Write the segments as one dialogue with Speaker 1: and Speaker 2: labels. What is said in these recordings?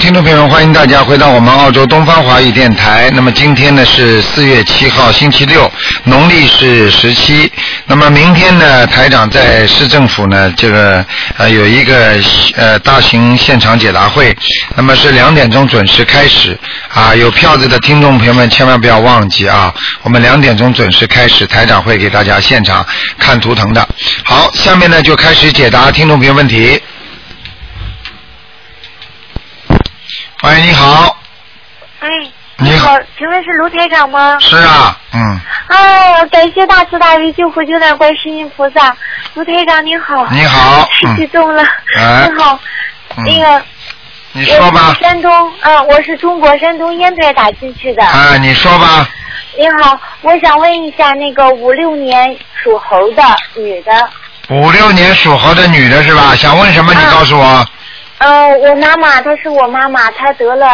Speaker 1: 听众朋友们，欢迎大家回到我们澳洲东方华语电台。那么今天呢是四月七号，星期六，农历是十七。那么明天呢，台长在市政府呢，这个呃有一个呃大型现场解答会，那么是两点钟准时开始啊。有票子的听众朋友们千万不要忘记啊，我们两点钟准时开始，台长会给大家现场看图腾的。好，下面呢就开始解答听众朋友问题。喂，你好，
Speaker 2: 哎，
Speaker 1: 你好
Speaker 2: 好，请问是卢台长吗？
Speaker 1: 是啊，嗯，
Speaker 2: 哎呀，感谢大慈大悲救苦救难观世音菩萨，卢台长您好。
Speaker 1: 你好嗯
Speaker 2: 太激动了。
Speaker 1: 哎
Speaker 2: 您好，
Speaker 1: 嗯
Speaker 2: 那个
Speaker 1: 你说
Speaker 2: 我
Speaker 1: 吧
Speaker 2: 是，山东，嗯，我是中国山东烟台打进去的。
Speaker 1: 啊，你说吧，
Speaker 2: 您好，我想问一下，那个五六年属猴的女的，
Speaker 1: 五六年属猴的女的是吧？想问什么？你
Speaker 2: 嗯
Speaker 1: 告诉我。
Speaker 2: 嗯，我妈妈她是我妈妈，她得了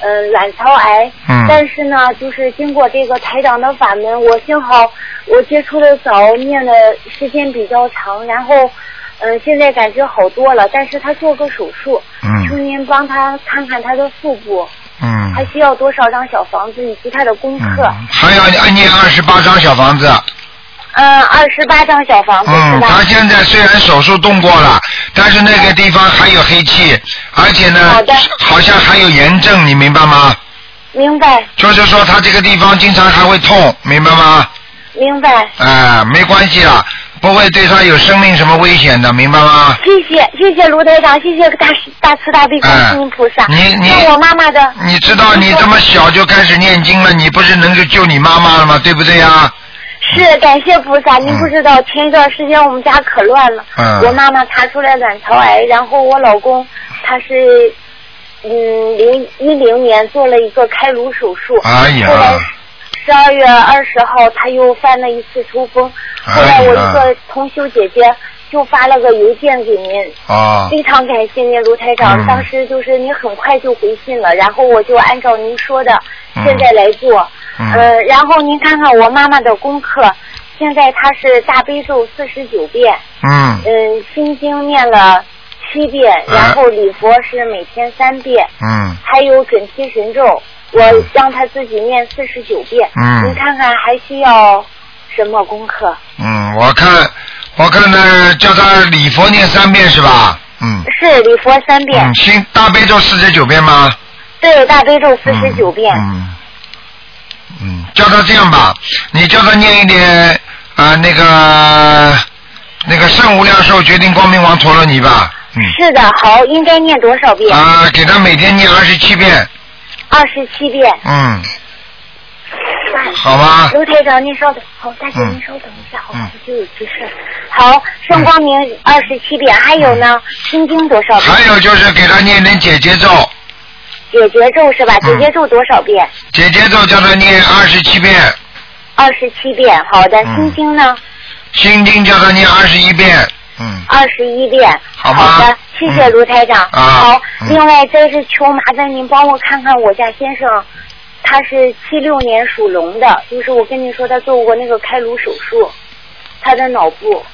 Speaker 2: 呃卵巢癌，
Speaker 1: 嗯
Speaker 2: 但是呢，就是经过这个台长的法门，我幸好我接触的早，念的时间比较长，然后呃现在感觉好多了，但是她做个手术，求
Speaker 1: 嗯
Speaker 2: 您帮她看看她的腹部，
Speaker 1: 嗯
Speaker 2: 她需要多少张小房子以及她的功课，
Speaker 1: 嗯，还要按念二十八张小房子。
Speaker 2: 嗯，二十八张小房子、
Speaker 1: 嗯，
Speaker 2: 是
Speaker 1: 他
Speaker 2: 吧？
Speaker 1: 现在虽然手术动过了，但是那个地方还有黑气，而且呢
Speaker 2: 好的，
Speaker 1: 好像还有炎症，你明白吗？
Speaker 2: 明白，
Speaker 1: 就是说他这个地方经常还会痛，明白吗？
Speaker 2: 明白，
Speaker 1: 哎、没关系啦，不会对他有生命什么危险的，明白吗？
Speaker 2: 谢谢谢谢卢台长，谢谢大大慈大悲观世音菩萨。
Speaker 1: 嗯啊你嗯你
Speaker 2: 那我妈妈的，
Speaker 1: 你知道你这么小就开始念经了，你不是能够救你妈妈了吗？对不对呀、
Speaker 2: 是感谢菩萨，您
Speaker 1: 嗯
Speaker 2: 不知道，前一段时间我们家可乱了，
Speaker 1: 嗯
Speaker 2: 我妈妈查出来卵巢癌，然后我老公他是嗯零一零年做了一个开颅手术，
Speaker 1: 哎
Speaker 2: 后来
Speaker 1: 呀，
Speaker 2: 十二月二十号他又犯了一次抽风，后来我一
Speaker 1: 哎呀
Speaker 2: 个同修姐姐就发了个邮件给您，
Speaker 1: 哦，
Speaker 3: 哎
Speaker 2: 非常感谢您，卢台长。
Speaker 1: 嗯
Speaker 2: 当时就是您很快就回信了，然后我就按照您说的，
Speaker 1: 嗯
Speaker 2: 现在来做。
Speaker 1: 嗯
Speaker 2: 呃，然后您看看我妈妈的功课，现在她是大悲咒四十九遍，
Speaker 1: 嗯
Speaker 2: 嗯，心经念了七遍，
Speaker 1: 哎
Speaker 2: 然后礼佛是每天三遍，
Speaker 1: 嗯，
Speaker 2: 还有准提神咒，我
Speaker 1: 嗯
Speaker 2: 让她自己念四十九遍。
Speaker 1: 嗯
Speaker 2: 您看看还需要什么功课？
Speaker 1: 嗯，我看，我看呢，叫他礼佛念三遍是吧？嗯，
Speaker 2: 是礼佛三遍，
Speaker 1: 嗯，心大悲咒四十九遍吗？
Speaker 2: 对，大悲咒四十九遍。
Speaker 1: 嗯。嗯，叫他这样吧，你叫他念一点啊、那个那个圣无量寿决定光明王陀罗尼吧，嗯，
Speaker 2: 是的，好，应该念多少遍？
Speaker 1: 啊、给他每天念二十七遍，
Speaker 2: 二十七遍。
Speaker 1: 嗯，好吧，
Speaker 2: 卢台长，您稍等，好，大姐
Speaker 1: 嗯
Speaker 2: 您稍等一下，好，
Speaker 1: 嗯
Speaker 2: 我就有急事。好，圣光明二十七遍，还有呢，心经多少
Speaker 1: 嗯
Speaker 2: 遍？
Speaker 1: 还有就是给他念点解结咒，
Speaker 2: 解结咒是吧？
Speaker 1: 嗯
Speaker 2: 解结咒多少遍？
Speaker 1: 解结咒叫他念二十七遍，
Speaker 2: 二十七遍，好的。
Speaker 1: 嗯
Speaker 2: 心经呢？
Speaker 1: 心经叫他念二十一遍，嗯，
Speaker 2: 二十一遍。
Speaker 1: 好吧
Speaker 2: 好的，谢谢
Speaker 1: 嗯
Speaker 2: 卢台长。
Speaker 1: 啊
Speaker 2: 好，
Speaker 1: 嗯
Speaker 2: 另外再是求麻烦您帮我看看我家先生。他是七六年属龙的，就是我跟你说他做过那个开颅手术，他的脑部。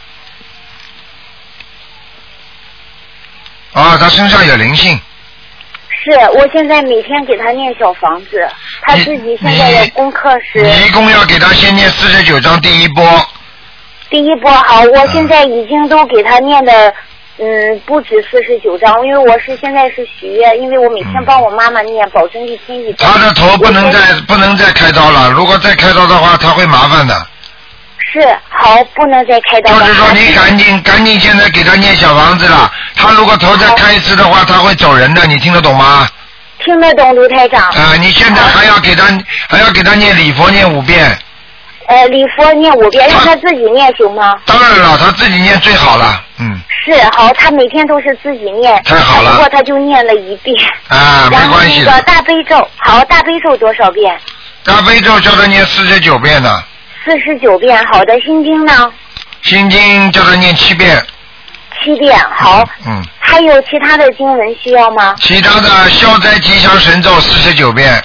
Speaker 1: 啊、他身上有灵性，
Speaker 2: 是我现在每天给他念小房子，他自己现在的功课是
Speaker 1: 你一共要给他先念四十九章第一波，
Speaker 2: 第一波好，
Speaker 1: 嗯
Speaker 2: 我现在已经都给他念的，嗯，不止四十九章，因为我是现在是许愿，因为我每
Speaker 1: 嗯
Speaker 2: 天帮我妈妈念，保证一天一章。
Speaker 1: 他的头不能
Speaker 2: 我现
Speaker 1: 再不能再开刀了，如果再开刀的话，他会麻烦的。
Speaker 2: 是好，不能再开刀
Speaker 1: 就
Speaker 2: 了。啊
Speaker 1: 是说，你赶紧赶紧现在给他念小房子了。他如果头再开一次的话，他会走人的，你听得懂吗？
Speaker 2: 听得懂卢台长？
Speaker 1: 啊、你现在还要给他还要给他念礼佛念五遍，
Speaker 2: 呃，礼佛念五遍，让他自己念行吗？
Speaker 1: 当然了，他自己念最好了。嗯，
Speaker 2: 是好，他每天都是自己念，
Speaker 1: 太好了
Speaker 2: 不过他就念了一遍。
Speaker 1: 啊、没
Speaker 2: 然后
Speaker 1: 关系
Speaker 2: 那个
Speaker 1: 的。
Speaker 2: 大悲咒，好，大悲咒多少遍？
Speaker 1: 大悲咒叫他念四十九遍的，
Speaker 2: 四十九遍，好的，心经呢？
Speaker 1: 心经叫他念七遍。
Speaker 2: 七遍，好。
Speaker 1: 嗯，
Speaker 2: 还有其他的经文需要吗？
Speaker 1: 其他的消灾吉祥神咒四十九遍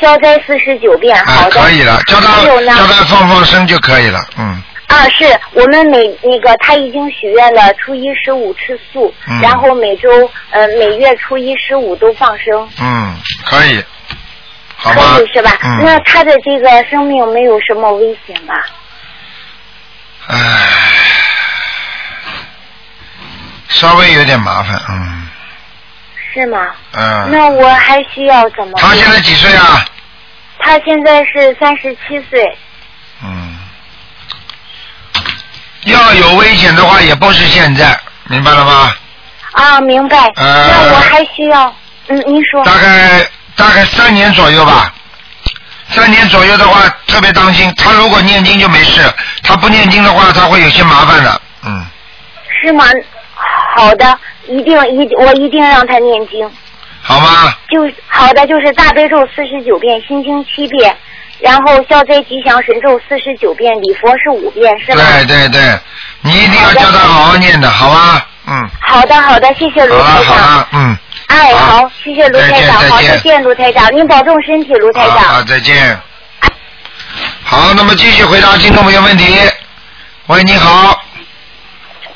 Speaker 2: 消灾四十九遍，
Speaker 1: 啊、
Speaker 2: 好的。
Speaker 1: 可以了，叫他
Speaker 2: 还有呢
Speaker 1: 叫他放放生就可以了。嗯，
Speaker 2: 啊，是我们每那个他已经许愿了，初一十五吃素，
Speaker 1: 嗯
Speaker 2: 然后每周呃每月初一十五都放生，
Speaker 1: 嗯，可以，好吗
Speaker 2: 可以？是吧？
Speaker 1: 嗯。
Speaker 2: 那他的这个生命没有什么危险吧？
Speaker 1: 唉，稍微有点麻烦，嗯
Speaker 2: 是吗？
Speaker 1: 嗯。
Speaker 2: 那我还需要怎么？
Speaker 1: 他现在几岁啊？
Speaker 2: 他现在是三十七岁，
Speaker 1: 嗯。要有危险的话，也不是现在，明白了吗？
Speaker 2: 啊，明白。
Speaker 1: 呃
Speaker 2: 那我还需要，嗯，您说。
Speaker 1: 大概大概三年左右吧。三年左右的话，特别当心。他如果念经就没事，他不念经的话，他会有些麻烦的。嗯，
Speaker 2: 是吗？好的，一定一我一定让他念经。
Speaker 1: 好吗？
Speaker 2: 就好的，就是大悲咒四十九遍，心经七遍，然后消灾吉祥神咒四十九遍，礼佛是五遍，是吗？
Speaker 1: 对对对，你一定要叫他好好念的，好吧？嗯，
Speaker 2: 好的，好的，谢谢
Speaker 1: 好
Speaker 2: 卢
Speaker 1: 了好
Speaker 2: 台长。
Speaker 1: 了，嗯。
Speaker 2: 哎，
Speaker 1: 好
Speaker 2: 好，谢谢卢台长，
Speaker 1: 再见
Speaker 2: 好，
Speaker 1: 再见
Speaker 2: 再见，卢台长，您保重身体，卢台
Speaker 1: 好，
Speaker 2: 长。
Speaker 1: 好，再见。好，那么继续回答听众朋友问题。喂，你好，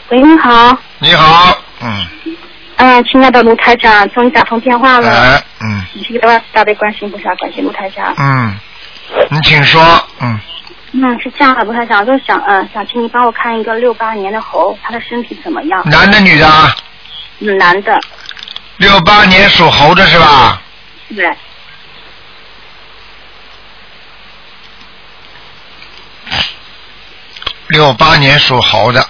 Speaker 4: 喂，你好，
Speaker 1: 你好，嗯，
Speaker 4: 嗯，亲爱的卢台长，终于打通电话了，
Speaker 1: 哎，嗯，
Speaker 4: 你是一个大悲观世音菩萨，感谢卢台长。
Speaker 1: 嗯，你请说，嗯，
Speaker 4: 嗯，是这样的，卢台长，就是想，嗯，想请你帮我看一个六八年的猴，他的身体怎么样？
Speaker 1: 男的女的啊？
Speaker 4: 嗯，男的，
Speaker 1: 六八年属猴的是吧？
Speaker 4: 对，
Speaker 1: 六八年属猴的，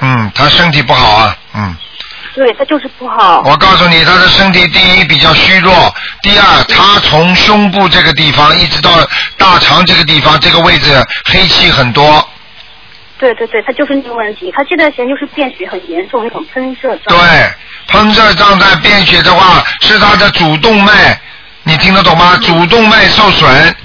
Speaker 1: 嗯，他身体不好啊，嗯，
Speaker 4: 对他就是不好。
Speaker 1: 我告诉你，他的身体第一比较虚弱，第二他从胸部这个地方一直到大肠这个地方这个位置黑气很多，
Speaker 4: 对对对，他就是那个问题，他这段时间就是便血很严重，那种喷射状
Speaker 1: 对。，喷射障在便血的话是他的主动脉，你听得懂吗？主动脉受损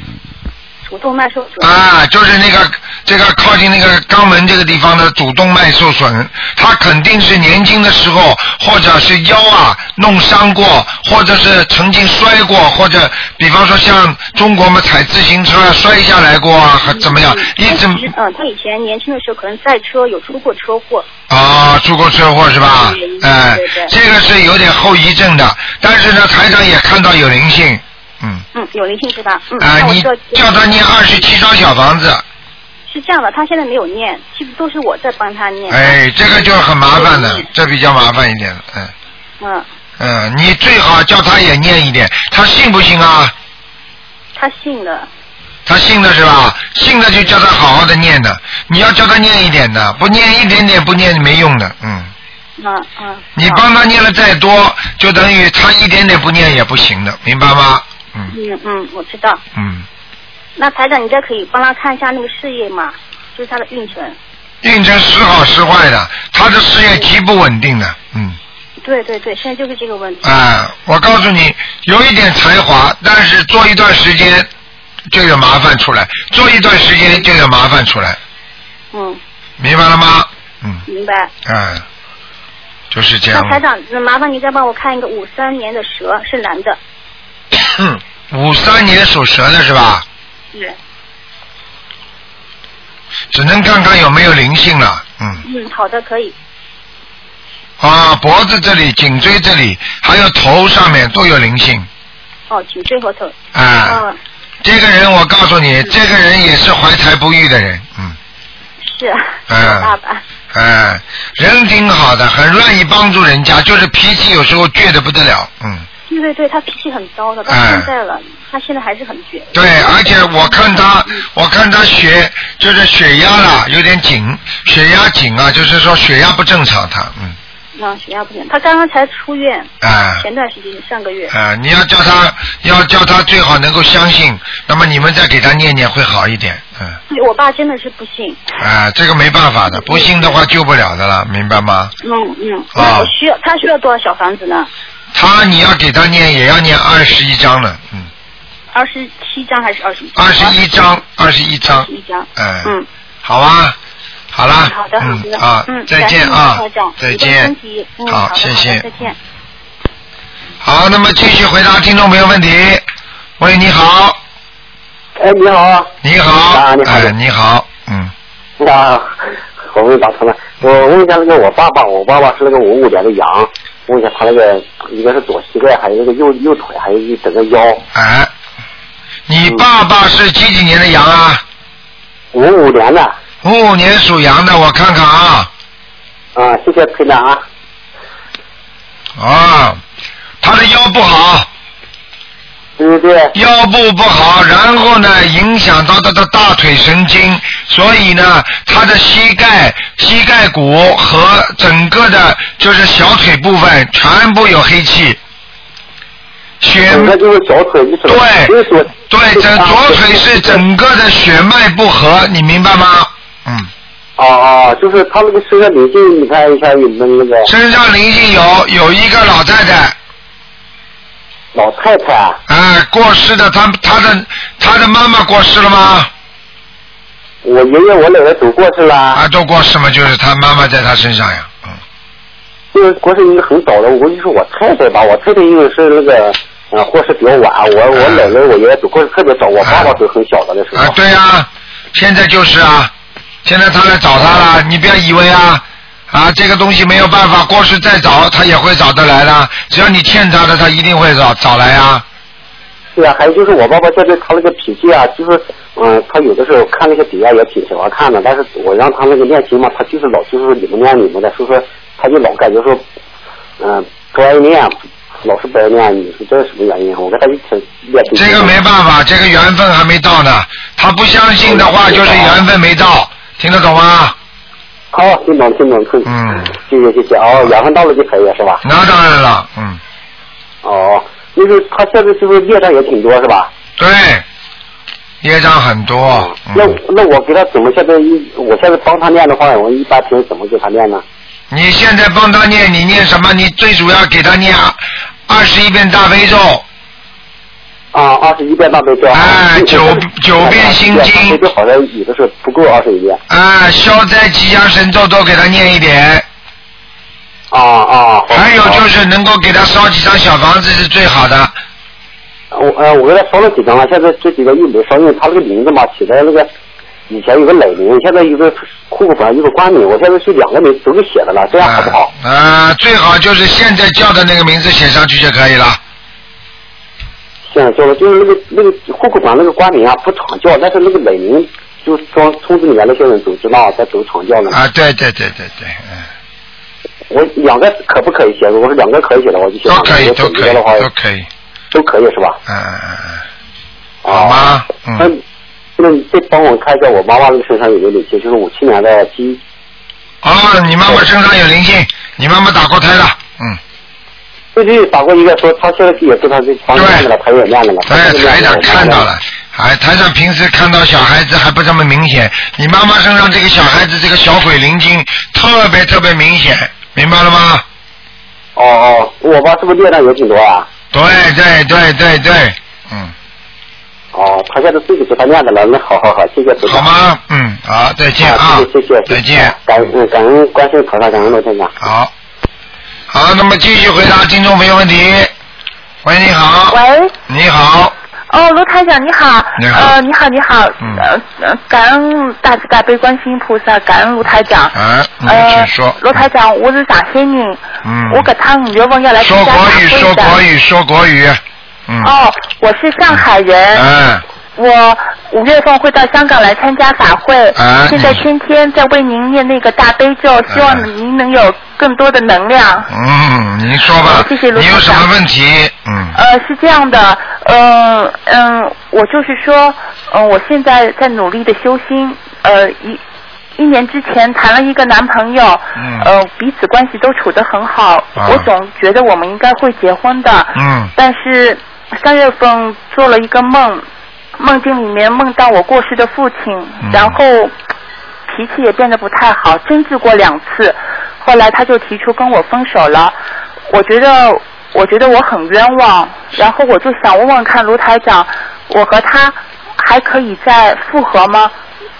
Speaker 4: 主动脉受损。
Speaker 1: 啊，就是那个这个靠近那个肛门这个地方的主动脉受损，他肯定是年轻的时候或者是腰啊弄伤过，或者是曾经摔过，或者比方说像中国嘛踩自行车啊摔下来过啊，还怎么样
Speaker 4: 嗯，
Speaker 1: 一直
Speaker 4: 他以前嗯，他以前年轻的时候可能赛车有出过车祸，
Speaker 1: 啊，出过车祸是吧
Speaker 4: 嗯？
Speaker 1: 哎、
Speaker 4: 对对
Speaker 1: 这个是有点后遗症的，但是呢，台长也看到有灵性，嗯，
Speaker 4: 嗯，有灵性是吧？嗯，
Speaker 1: 啊、
Speaker 4: 那我嗯
Speaker 1: 你
Speaker 4: 知道
Speaker 1: 叫他念二十七张小房子，
Speaker 4: 是这样的，他现在没有念，其实都是我在帮他念。
Speaker 1: 哎，这个就很麻烦的
Speaker 4: 嗯，
Speaker 1: 这比较麻烦一点了，嗯
Speaker 4: 嗯，
Speaker 1: 嗯，你最好叫他也念一点，他信不信啊？
Speaker 4: 他信了。
Speaker 1: 他信的是吧？信的就叫他好好的念的，你要叫他念一点的，不念一点点不念没用的，嗯，
Speaker 4: 嗯嗯。
Speaker 1: 你
Speaker 4: 好
Speaker 1: 帮他念了再多，就等于他一点点不念也不行的，明白吗？嗯
Speaker 4: 嗯嗯，我知道。
Speaker 1: 嗯。
Speaker 4: 那台长，你再可以帮他看一下那个事业嘛，就是他的运程。
Speaker 1: 运程时好时坏的，他的事业极不稳定的，嗯，
Speaker 4: 对对对，现在就是这个问题。嗯
Speaker 1: 啊，我告诉你，有一点才华，但是做一段时间就有麻烦出来，做一段时间就有麻烦出来，
Speaker 4: 嗯，
Speaker 1: 明白了吗？嗯，
Speaker 4: 明白。
Speaker 1: 啊，就是这
Speaker 4: 那
Speaker 1: 样。
Speaker 4: 台长，那麻烦你再帮我看一个五三年的蛇，是男的。
Speaker 1: 五三年属蛇的是吧？
Speaker 4: 对。
Speaker 1: 嗯只能看看有没有灵性了，嗯，
Speaker 4: 嗯，好的，可以。
Speaker 1: 啊，脖子这里、颈椎这里，还有头上面都有灵性，
Speaker 4: 哦，颈椎和头。
Speaker 1: 啊，
Speaker 4: 嗯，
Speaker 1: 这个人我告诉你，这个人也是怀才不遇的人，嗯。
Speaker 4: 是。
Speaker 1: 嗯
Speaker 4: 我爸爸。
Speaker 1: 哎，人挺好的，很愿意帮助人家，就是脾气有时候倔得不得了。嗯，
Speaker 4: 对对对，他脾气很糟的，到
Speaker 1: 哎
Speaker 4: 现在了，他现在还是很倔。嗯
Speaker 1: 对，而且我看他，我看他血就是血压啦，有点紧，血压紧啊，就是说血压不正常，他嗯，
Speaker 4: 嗯，血压不行，他刚刚才出院，
Speaker 1: 哎、
Speaker 4: 前段时间上个月。
Speaker 1: 哎、你要叫他，要叫他最好能够相信，那么你们再给他念念会好一点，嗯，
Speaker 4: 对我爸真的是不信。
Speaker 1: 啊、这个没办法的，不信的话救不了的了，明白吗？
Speaker 4: 嗯嗯。
Speaker 1: 啊
Speaker 4: 那我需要他需要多少小房子呢？
Speaker 1: 他你要给他念，也要念二十一章了，嗯，
Speaker 4: 二十七张还是二十一？
Speaker 1: 二十一章，二十一章，
Speaker 4: 一张。
Speaker 1: 哎
Speaker 4: 嗯，
Speaker 1: 好啊，好啦，
Speaker 4: 好的，好
Speaker 1: 嗯
Speaker 4: 的。
Speaker 1: 啊，
Speaker 4: 嗯，
Speaker 1: 再见啊
Speaker 4: 感谢您台长，
Speaker 1: 再
Speaker 4: 注意
Speaker 1: 见
Speaker 4: 身体，嗯，
Speaker 1: 好
Speaker 4: 好，的
Speaker 1: 谢
Speaker 4: 好
Speaker 1: 谢
Speaker 4: 的再见。
Speaker 1: 好，那么继续回答听众朋友问题。喂，你好，
Speaker 5: 哎，你好啊！
Speaker 1: 你好，
Speaker 5: 啊，你好，
Speaker 1: 哎，你好，嗯，
Speaker 5: 啊，好不容易打通了。我问一下那个我爸爸，我爸爸是那个五五年的羊，问一下他那个一个是左膝盖，还有那个右右腿，还有一整个腰。
Speaker 1: 哎，你爸爸是几几年的羊啊？
Speaker 5: 五五年的，
Speaker 1: 五五年属羊的，我看看啊，
Speaker 5: 啊，谢谢陪长啊。
Speaker 1: 啊，他的腰不好，
Speaker 5: 对对对，
Speaker 1: 腰部不好，然后呢，影响到他的大腿神经，所以呢，他的膝盖、膝盖骨和整个的，就是小腿部分全部有黑气，血
Speaker 5: 整个就是小腿一腿，
Speaker 1: 对
Speaker 5: 就是啊左
Speaker 1: 对，整左腿是整个的血脉不和，你明白吗？嗯，
Speaker 5: 啊啊，就是他那个身上灵性，你看一下有没有那个
Speaker 1: 身上灵性有有一个老太太，
Speaker 5: 老太太啊，
Speaker 1: 啊，过世的，她她的她的妈妈过世了吗？
Speaker 5: 我爷爷我奶奶都过世了，
Speaker 1: 啊，都过世嘛，就是她妈妈在她身上呀，嗯。
Speaker 5: 就是过世应该很早了，我估计是我太太吧，我太太因为是那个。啊，过世比较晚，我我奶奶、我爷爷都过世特别早，我
Speaker 1: 哎
Speaker 5: 爸爸都很小的那时候。
Speaker 1: 啊，对呀、现在就是啊，现在他来找他了，你不要以为啊啊这个东西没有办法，过去再找他也会找得来的，只要你欠他的，他一定会找找来啊。
Speaker 5: 对啊，还有就是我爸爸现在他那个脾气啊，就是嗯，他有的时候看那个底下也挺喜欢看的，但是我让他那个练习嘛，他就是老就是你们念你们的，所以说他就老感觉说，嗯、不爱念，老是不爱念，你说这是什么原因啊？我跟他一起练对
Speaker 1: 这个没办法，这个缘分还没到呢。他不相信的
Speaker 5: 嗯
Speaker 1: 话，就是缘分没到，听得懂吗？
Speaker 5: 好，听懂听懂听懂，
Speaker 1: 嗯
Speaker 5: 谢谢谢谢哦，缘分到了就可以了是吧？
Speaker 1: 那当然了，嗯，
Speaker 5: 哦，就是他现在是不是业障也挺多是
Speaker 1: 嗯
Speaker 5: 吧？
Speaker 1: 对，业障很多。
Speaker 5: 那
Speaker 1: 嗯，
Speaker 5: 那我给他怎么现在一我现在帮他念的话，我一般平时怎么给他念呢？
Speaker 1: 你现在帮他念，你念什么？你最主要给他念二十一遍大悲咒。
Speaker 5: 啊，二十一遍大悲咒。
Speaker 1: 哎
Speaker 5: 嗯
Speaker 1: 九九
Speaker 5: 啊
Speaker 1: 遍心经
Speaker 5: 大悲咒哎好像有的是不够二十一遍。
Speaker 1: 啊，消灾吉祥神咒都给他念一点，
Speaker 5: 啊啊。好
Speaker 1: 还有就是能够给他烧几张小房子是最好的。
Speaker 5: 好我呃，我给他烧了几张了，现在这几个月没烧，因为他那个名字嘛，起在那个以前有个奶名，现在有个户口本，有个官名，我现在是两个名都给写的了，这样好不好？
Speaker 1: 啊、啊最好就是现在叫的那个名字写上去就可以了。哎
Speaker 5: 现在就是就是那个那个户口本那个官名啊，不常叫，但是那个奶名就装村子里面那些人都知道，在都常叫呢。
Speaker 1: 啊，对对对对对，嗯，
Speaker 5: 我两个可不可以写？如果是两个可以写的话，我就写
Speaker 1: 都
Speaker 5: 上去
Speaker 1: 可以
Speaker 5: 如
Speaker 1: 都
Speaker 5: 果
Speaker 1: 可
Speaker 5: 写一个
Speaker 1: 以
Speaker 5: 的话
Speaker 1: 都可以，
Speaker 5: 都可以是吧？
Speaker 1: 嗯嗯嗯嗯，
Speaker 5: 啊
Speaker 1: 好吗？
Speaker 5: 那
Speaker 1: 嗯，
Speaker 5: 那你再帮我看一下我妈妈那个身上有没有灵性？就是五七年的鸡
Speaker 1: 哦，你妈妈身上有灵性，你妈妈打过胎了，嗯，
Speaker 5: 最近打过一个说她现在也跟她这房子
Speaker 1: 对
Speaker 5: 念了，她也念了，她
Speaker 1: 对，
Speaker 5: 也
Speaker 1: 台
Speaker 5: 念
Speaker 1: 长
Speaker 5: 了
Speaker 1: 看到了。。哎，台长平时看到小孩子还不这么明显，你妈妈身上这个小孩子这个小鬼灵精特别特别明显，明白了吗？
Speaker 5: 哦哦，我爸是不是念的也挺多啊？
Speaker 1: 对对对对对，嗯，
Speaker 5: 哦，她现在自己给她念的了，那好好好，谢谢组长。
Speaker 1: 好？吗？嗯，好，再见啊
Speaker 5: 啊，谢谢谢谢，，
Speaker 1: 再见，
Speaker 5: 感恩感恩关心菩萨，感恩罗先生。
Speaker 1: 好，好，那么继续回答听众朋友问题。喂，你好，
Speaker 6: 喂，
Speaker 1: 你好，
Speaker 6: 哦，卢台长你好，
Speaker 1: 你好
Speaker 6: 呃，你好你好，
Speaker 1: 嗯
Speaker 6: 呃呃，感恩大慈大悲观世音菩萨，感恩卢台长。
Speaker 1: 哎，你
Speaker 6: 呃
Speaker 1: 请说，。
Speaker 6: 卢台长，我是上海人，
Speaker 1: 嗯
Speaker 6: 我给他五月份要来参
Speaker 1: 说
Speaker 6: 加
Speaker 1: 国
Speaker 6: 大
Speaker 1: 语，
Speaker 6: 会
Speaker 1: 说
Speaker 6: 的。
Speaker 1: 国语，说国语，嗯，
Speaker 6: 哦，我是上海人，
Speaker 1: 哎，
Speaker 6: 我五月份会到香港来参加法会。
Speaker 1: 啊
Speaker 6: 现在
Speaker 1: 你
Speaker 6: 天天在为您念那个大悲咒，希
Speaker 1: 啊
Speaker 6: 望您能有更多的能量。
Speaker 1: 嗯，您说吧，
Speaker 6: 谢谢卢
Speaker 1: 你有
Speaker 6: 台
Speaker 1: 什
Speaker 6: 长
Speaker 1: 么问题？嗯，
Speaker 6: 呃，是这样的，呃，嗯，我就是说，呃，我现在在努力的修心，呃，一一年之前谈了一个男朋友，
Speaker 1: 嗯
Speaker 6: 呃，彼此关系都处得很好，
Speaker 1: 啊
Speaker 6: 我总觉得我们应该会结婚的，
Speaker 1: 嗯，
Speaker 6: 但是三月份做了一个梦，梦境里面梦到我过世的父亲，
Speaker 1: 嗯
Speaker 6: 然后脾气也变得不太好，争执过两次，后来他就提出跟我分手了。我觉得，我觉得我很冤枉，然后我就想问问看卢台长，我和他还可以再复合吗？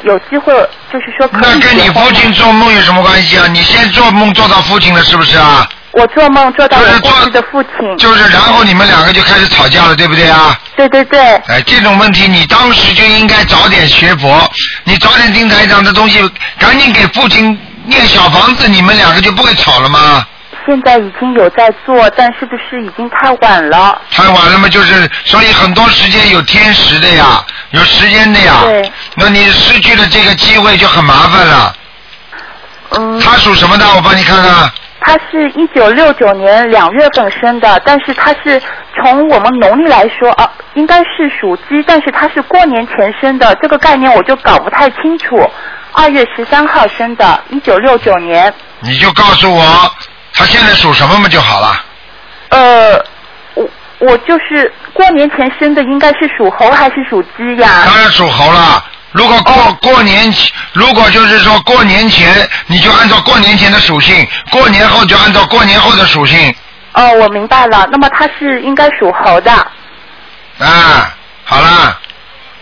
Speaker 6: 有机会，就是说可
Speaker 1: 那
Speaker 6: 以
Speaker 1: 跟你
Speaker 6: 结婚
Speaker 1: 父
Speaker 6: 吗
Speaker 1: 亲做梦有什么关系啊？你先做梦做到父亲了是不是啊？
Speaker 6: 我做梦做到
Speaker 1: 就
Speaker 6: 我
Speaker 1: 是
Speaker 6: 过
Speaker 1: 做
Speaker 6: 去的父亲，
Speaker 1: 就是然后你们两个就开始吵架了，对不对啊？
Speaker 6: 对对对，
Speaker 1: 哎，这种问题你当时就应该早点学佛，你早点听台长的东西，赶紧给父亲念小房子，你们两个就不会吵了吗？
Speaker 6: 现在已经有在做，但是不是已经太晚了？
Speaker 1: 太晚了嘛，就是所以很多时间有天时的呀，有时间的呀。
Speaker 6: 对。
Speaker 1: 那你失去了这个机会就很麻烦了。
Speaker 6: 嗯，
Speaker 1: 他属什么的？我帮你看看。
Speaker 6: 他是一九六九年两月份生的，但是他是从我们农历来说啊，应该是属鸡，但是他是过年前生的，这个概念我就搞不太清楚。二月十三号生的，一九六九年，
Speaker 1: 你就告诉我他现在属什么嘛就好了。
Speaker 6: 呃，我我就是过年前生的，应该是属猴还是属鸡呀？
Speaker 1: 当然属猴了。如果过、过年前，如果就是说过年前，你就按照过年前的属性；过年后就按照过年后的属性。
Speaker 6: 哦，我明白了，那么他是应该属猴的。
Speaker 1: 啊，好了，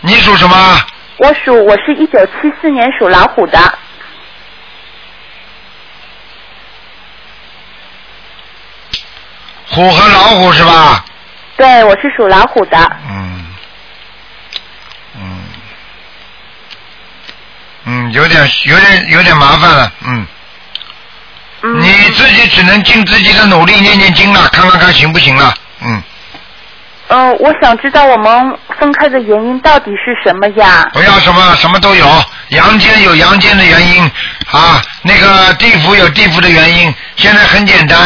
Speaker 1: 你属什么？
Speaker 6: 我属我是一九七四年属老虎的，
Speaker 1: 虎和老虎是吧？
Speaker 6: 对，我是属老虎的。
Speaker 1: 嗯，嗯，嗯，有点有点有点麻烦了，嗯，
Speaker 6: 嗯，
Speaker 1: 你自己只能尽自己的努力念念经了，看看看行不行了，嗯，
Speaker 6: 呃，我想知道我们分开的原因到底是什么呀？
Speaker 1: 不要什么什么都有，阳间有阳间的原因啊，那个地府有地府的原因，现在很简单，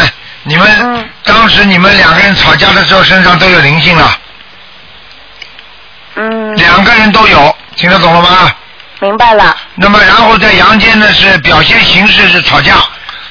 Speaker 1: 你们、
Speaker 6: 嗯
Speaker 1: 当时你们两个人吵架的时候身上都有灵性了，
Speaker 6: 嗯，
Speaker 1: 两个人都有，听得懂了吗？
Speaker 6: 明白了。
Speaker 1: 那么然后在阳间呢是表现形式是吵架，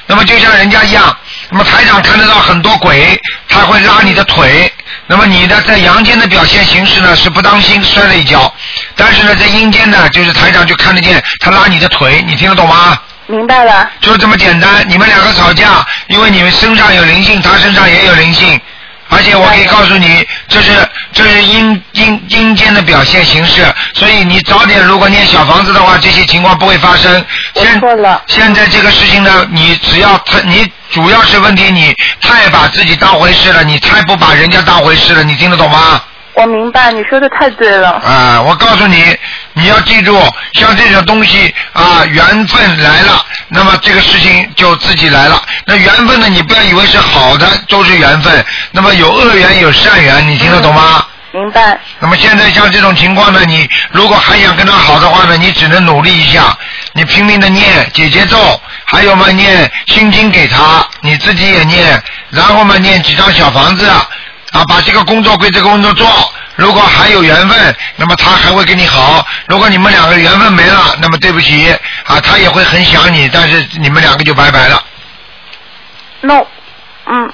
Speaker 1: 那么就像人家一样，那么台长看得到很多鬼，他会拉你的腿，那么你呢在阳间的表现形式呢是不当心摔了一跤，但是呢在阴间呢就是台长就看得见他拉你的腿，你听得懂吗？
Speaker 6: 明白了，
Speaker 1: 就这么简单，你们两个吵架，因为你们身上有灵性，他身上也有灵性，而且我可以告诉你，这是这是阴阴阴间的表现形式，所以你早点如果念小房子的话，这些情况不会发生。
Speaker 6: 我
Speaker 1: 现
Speaker 6: 错了
Speaker 1: 现在这个事情呢，你只要太你主要是问题，你太把自己当回事了，你太不把人家当回事了，你听得懂吗？
Speaker 6: 我明白，你说的太对了。
Speaker 1: 啊、我告诉你，你要记住，像这种东西啊、缘分来了，那么这个事情就自己来了。那缘分呢，你不要以为是好的都是缘分，那么有恶缘有善缘，你听得懂吗？
Speaker 6: 明白，
Speaker 1: 那么现在像这种情况呢，你如果还想跟他好的话呢，你只能努力一下，你拼命的念姐姐咒，还有嘛念心经给他，你自己也念，然后嘛念几张小房子，啊，把这个工作归这个工作做。如果还有缘分，那么他还会跟你好；如果你们两个缘分没了，那么对不起啊，他也会很想你，但是你们两个就拜拜了。
Speaker 6: 那，嗯，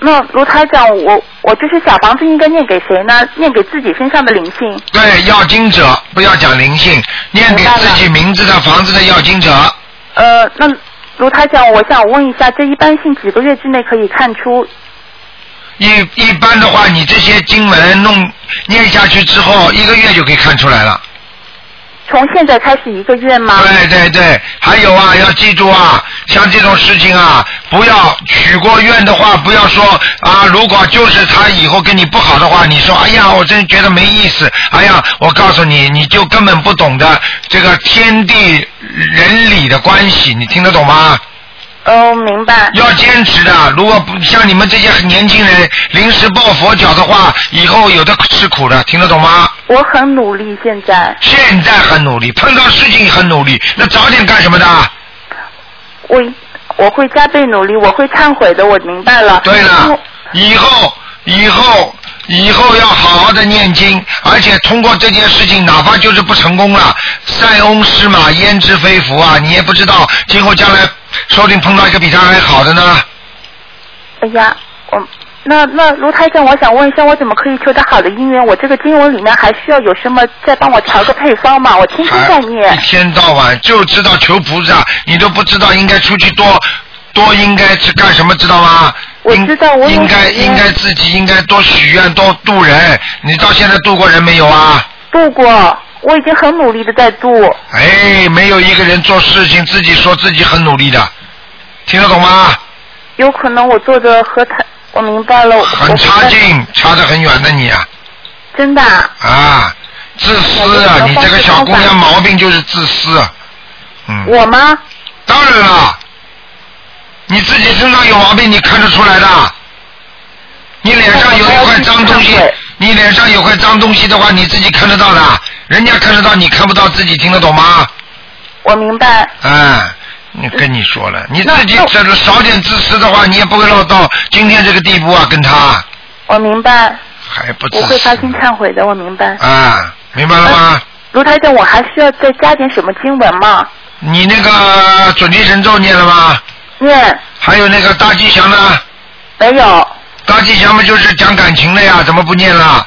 Speaker 6: 那卢台长，我我就是小房子应该念给谁呢？念给自己身上的灵性。
Speaker 1: 对，要经者不要讲灵性，念给
Speaker 6: 明白了
Speaker 1: 自己名字的房子的要经者。
Speaker 6: 呃，那卢台长，我想问一下，这一般性几个月之内可以看出？
Speaker 1: 一一般的话，你这些经文弄念下去之后，一个月就可以看出来了。
Speaker 6: 从现在开始一个月吗？
Speaker 1: 对对对，还有啊，要记住啊，像这种事情啊，不要许过愿的话，不要说啊，如果就是他以后跟你不好的话，你说哎呀，我真觉得没意思，哎呀，我告诉你，你就根本不懂得这个天地人理的关系，你听得懂吗？
Speaker 6: 哦，明白。
Speaker 1: 要坚持的，如果不像你们这些年轻人临时抱佛脚的话，以后有的吃苦的，听得懂吗？
Speaker 6: 我很努力，现在
Speaker 1: 现在很努力，碰到事情很努力，那早点干什么的？啊
Speaker 6: 我我会加倍努力，我会忏悔的，我明白了。
Speaker 1: 对
Speaker 6: 因为
Speaker 1: 了，以后以后以后要好好的念经，而且通过这件事情，哪怕就是不成功了，塞翁失马焉知非福啊！你也不知道今后将来说不定碰到一个比他还好的呢。
Speaker 6: 哎呀，我那那卢台长，我想问一下，我怎么可以求得好的姻缘？我这个经文里面还需要有什么再帮我调个配方吗？我天天在
Speaker 1: 还
Speaker 6: 念
Speaker 1: 一。天到晚就知道求菩萨，你都不知道应该出去多多应该是干什么，知道吗？
Speaker 6: 我
Speaker 1: 应
Speaker 6: 知道我有
Speaker 1: 应该
Speaker 6: 时间
Speaker 1: 应该自己应该多许愿多度人，你到现在度过人没有啊？
Speaker 6: 度过，我已经很努力的在度。
Speaker 1: 哎，没有一个人做事情自己说自己很努力的，听得懂吗？
Speaker 6: 有可能我做的和他，我明白了，我
Speaker 1: 很差劲，差得很远的你啊
Speaker 6: 我真的啊、
Speaker 1: 啊！自私啊！你这个小姑娘毛病就是自私啊。嗯，
Speaker 6: 我吗？
Speaker 1: 当然了，你自己身上有毛病，你看得出来的。你脸上有一块脏东西
Speaker 6: 我要去忏悔，
Speaker 1: 你脸上有块脏东西的话，你自己看得到的，人家看得到，你看不到，自己听得懂吗？
Speaker 6: 我明白，
Speaker 1: 哎，你跟你说了，你自己
Speaker 6: 那那
Speaker 1: 这少点自私的话，你也不会落到今天这个地步啊，跟他
Speaker 6: 我明白，
Speaker 1: 还不自
Speaker 6: 我
Speaker 1: 私。
Speaker 6: 会发心忏悔的，我明白。
Speaker 1: 啊，明白了吗？
Speaker 6: 卢台长，我还需要再加点什么经文吗？
Speaker 1: 你那个准提神咒念了吗？
Speaker 6: 念
Speaker 1: 还有那个大吉祥呢？
Speaker 6: 没有？
Speaker 1: 大吉祥不就是讲感情的呀？怎么不念了？